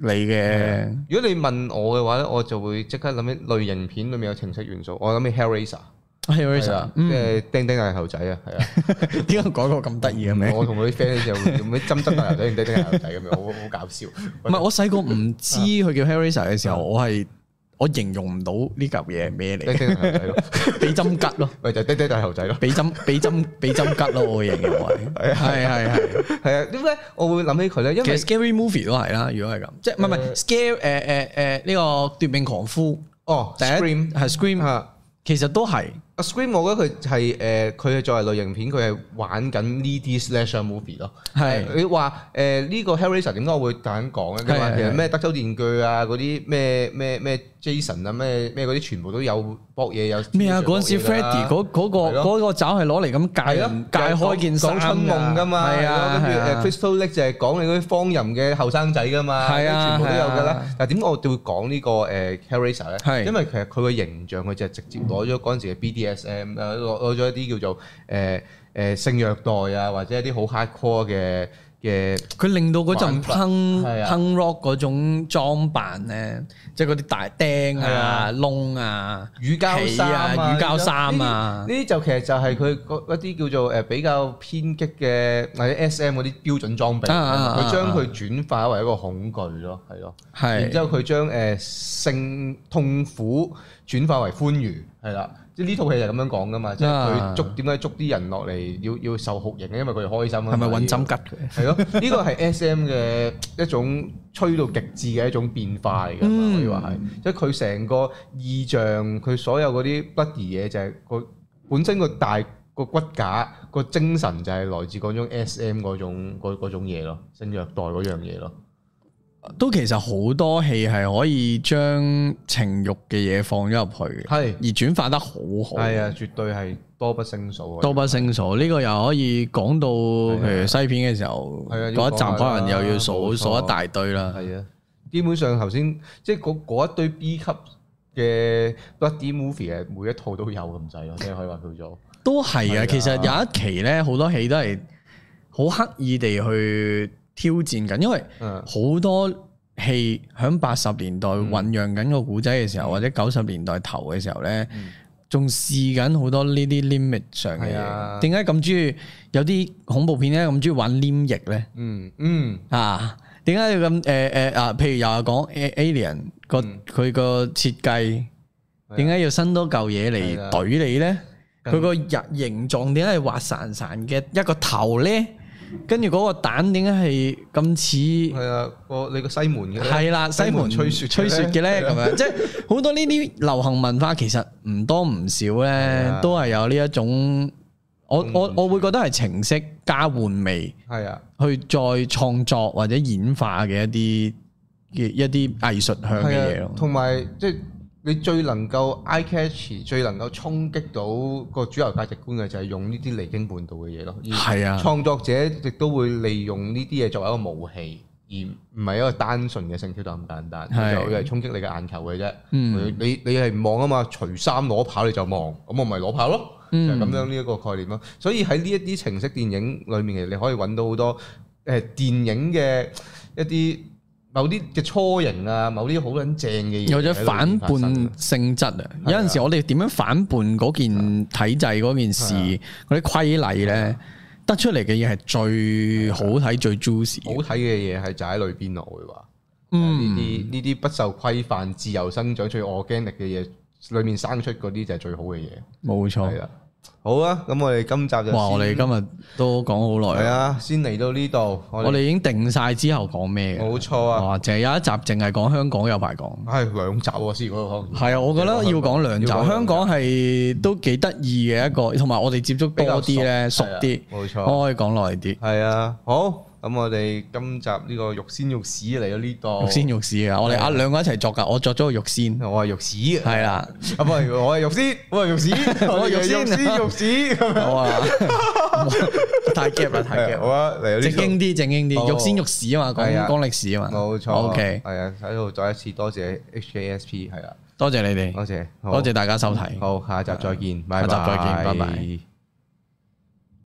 B: 你嘅。
A: 如果你問我嘅話咧，我就會即刻諗起類型片裏面有情色元素。我諗起 Hellraiser，
B: 係 r a s
A: 係
B: e
A: 啊，即係叮叮大頭仔啊， 係啊，
B: 點解改個咁得意嘅名？
A: 我同我啲 friend 就咁樣針針大頭仔，定叮叮大頭仔咁樣，好好搞 笑。
B: 唔係我細個唔知佢叫 Harry s e r 嘅時候，我係我形容唔到呢嚿嘢係咩嚟
A: 叮叮
B: 嘅，
A: 大頭仔咯，
B: 俾針吉咯，
A: 咪就係叮叮大頭仔咯。
B: 俾 針俾針俾針吉咯，我形容係係係係。
A: 係啊，點解我會諗起佢咧？啊因
B: 其
A: 為呃
B: 實 scary movie 都係啦，如果係咁，即係唔係唔係 scare 誒誒誒呢個奪命狂夫
A: 哦
B: 第一
A: ，Scream
B: 係 scream，
A: 啊。
B: 其實都係
A: A Scream，我覺得佢係誒，佢、係作為類型片，佢係玩緊呢啲 slasher movie 咯。
B: 係
A: 你話誒呢個 Hellraiser 點解我會突然講咧？你話
B: 係
A: 其
B: 係
A: 實咩德州電鋸啊，嗰啲咩咩咩 Jason 啊，咩咩嗰啲全部都有搏嘢有
B: 咩啊？嗰陣時 Freddy 嗰嗰個
A: 係咯
B: 嗰個爪係攞嚟咁
A: 係
B: 戒
A: 咯
B: 人戒開件衫
A: 嗯講春夢㗎嘛，
B: 係啊，係
A: 係
B: 啊
A: 咯跟住誒呃 Crystal Lake 就係講你嗰啲荒淫嘅後生仔㗎嘛，
B: 係啊
A: 全部都有㗎
B: 係
A: 啦
B: 啊。
A: 但係點解我會講呢個誒 Hellraiser 咧？
B: 係
A: 因為其實佢個形象佢就係直接攞咗嗰陣時嘅 BDSM 誒呃攞攞咗一啲叫做誒誒性虐待啊，或者一啲好 hardcore 嘅嘅
B: 佢令到嗰陣
A: 玩法
B: punk
A: 係啊
B: punk rock 嗰種裝扮咧，即係嗰啲大釘
A: 係
B: 啊、
A: 啊
B: 窿啊、
A: 乳膠衫啊、
B: 皮啊乳膠衫啊
A: 呢啲呢啲就其實就係佢嗰一啲叫做誒比較偏激嘅或者 SM 嗰啲標準裝備，
B: 啊啊啊
A: 佢將佢轉化為一個恐懼咯，係咯。然之
B: 係
A: 後佢將誒性痛苦轉化為歡愉，係啦。即係呢套戲就係咁樣講噶嘛，即係佢
B: 啊
A: 捉點解捉啲人落嚟要要受酷刑咧？因為佢哋開心啊。
B: 係咪揾針
A: 吉？
B: 吉佢？
A: 係咯，呢個係 S.M. 嘅一種吹到極致嘅一種變化嚟㗎
B: 嗯
A: 嘛，可以話係，即係佢成個意象，佢所有嗰啲 bloody 嘢就係個本身個大個骨架個精神就係來自嗰種 S.M. 嗰種嗰嗰種嘢咯，性虐待嗰樣嘢咯。
B: 都其實好多戲係可以將情慾嘅嘢放咗入去嘅，
A: 係
B: 而轉化得好好。
A: 係啊，絕對係多不勝數啊！
B: 多不勝數，呢個又可以講到，譬如西片嘅時候，
A: 係啊要
B: 嗰一集
A: 講
B: 可
A: 下
B: 能又要數
A: 冇錯
B: 數一大堆啦。
A: 係啊，基本上頭先即係嗰嗰一堆 B 級嘅 bloody movie 嘅每一套都有咁 滯咯，即係可以話叫做
B: 都係
A: 係
B: 啊，
A: 啊
B: 其實有一期咧，好多戲都係好刻意地去挑戰緊，因為
A: 嗯
B: 好多戲喺八十年代醖釀緊個古仔嘅
A: 嗯
B: 時候，或者九十年代頭嘅時候咧，仲試緊好多呢啲 limit 上嘅
A: 係啊
B: 嘢。點解咁中意有啲恐怖片咧咁中意玩黏液咧？
A: 嗯嗯。
B: 啊，點解要咁誒誒啊？譬如又係講 A- Alien 個佢個設計，
A: 嗯係啊
B: 點解要伸多嚿
A: 係
B: 嘢嚟
A: 啊
B: 懟你咧？
A: 跟
B: 佢個日形狀點解係滑潺潺嘅一個頭咧？跟住嗰個蛋點解係咁似
A: 係啊，個你個西門嘅
B: 係啊啦 西門
A: 吹雪
B: 吹雪嘅咧？咁樣即係啊好多呢啲流行文化，其實唔多唔少咧
A: 啊，
B: 都係嗯有呢一種。我我我會覺得係情色加換味。
A: 係啊，
B: 去再創作或者演化嘅一啲嘅一啲藝術向嘅
A: 係
B: 嘢
A: 啊，
B: 咯。
A: 同埋即係你最能夠 eye catch、最能夠衝擊到個主流價值觀嘅就係用呢啲離經叛道嘅嘢咯。而
B: 係啊
A: 創作者亦都會利用呢啲嘢作為一個武器。而唔係一個單純嘅性挑逗咁簡單，
B: 係
A: 就係衝擊你嘅眼球嘅啫。
B: 嗯
A: 你你係唔望啊嘛，除衫攞跑你就望，咁我咪攞跑咯。
B: 嗯
A: 就係咁樣呢一個概念咯。所以喺呢一啲情色電影裏面，其實你可以揾到好多誒、呃、電影嘅一啲某啲嘅雛形啊，某啲好撚正嘅嘢，
B: 有咗反叛性質啊！有陣時我哋點樣反叛嗰件體制嗰件事嗰啲規例咧，得出嚟嘅嘢係最好睇、最 juicy
A: 好
B: 嘅。
A: 睇嘅嘢係就喺裏邊，我會話。呢
B: 嗯，
A: 啲呢啲不受規範、自由生長、最 organic 嘅嘢，裏面生出嗰啲就係最好嘅嘢。
B: 冇錯
A: 係。啊，好啊，咁我哋今集就
B: 哦哇！我哋今日都講好
A: 係
B: 耐啦，
A: 啊，先嚟到呢度，
B: 我哋已經定晒之後講咩嘅。
A: 冇錯啊，
B: 哇！淨係有一集淨係講香港有排講。
A: 係兩集喎，先嗰個可能
B: 係啊，我覺得要講兩集，
A: 要講兩集
B: 香港係都幾得意嘅一個，同埋我哋接觸
A: 比較
B: 多啲咧，熟
A: 係
B: 啲，
A: 啊冇錯。
B: 我可以講耐啲，
A: 系啊，好，咁我哋今集呢個肉鮮肉屎嚟到呢度，
B: 肉先肉屎啊！我哋啊兩個一齊作㗎，我作咗個肉先，
A: 我係肉屎，
B: 係啦，
A: 啊唔係，我係肉絲，我係肉屎，
B: 我係肉絲
A: 肉絲肉屎咁樣，
B: 好啊，太夾啦，太
A: 係啊
B: 夾
A: 好
B: 啦，
A: 啊，嚟到呢
B: 正
A: 度，
B: 經啲，正經
A: 好
B: 啲，肉先肉屎啊嘛，講
A: 係啊
B: 講歷史啊嘛，
A: 冇錯
B: ，OK，
A: 係啊，喺度再一次多謝 HJSP，係啦，
B: 多謝你哋，
A: 多謝，好
B: 多謝，大家收睇。
A: 好，下一集再見，
B: 下
A: 拜
B: 集
A: 拜，
B: 再見拜拜。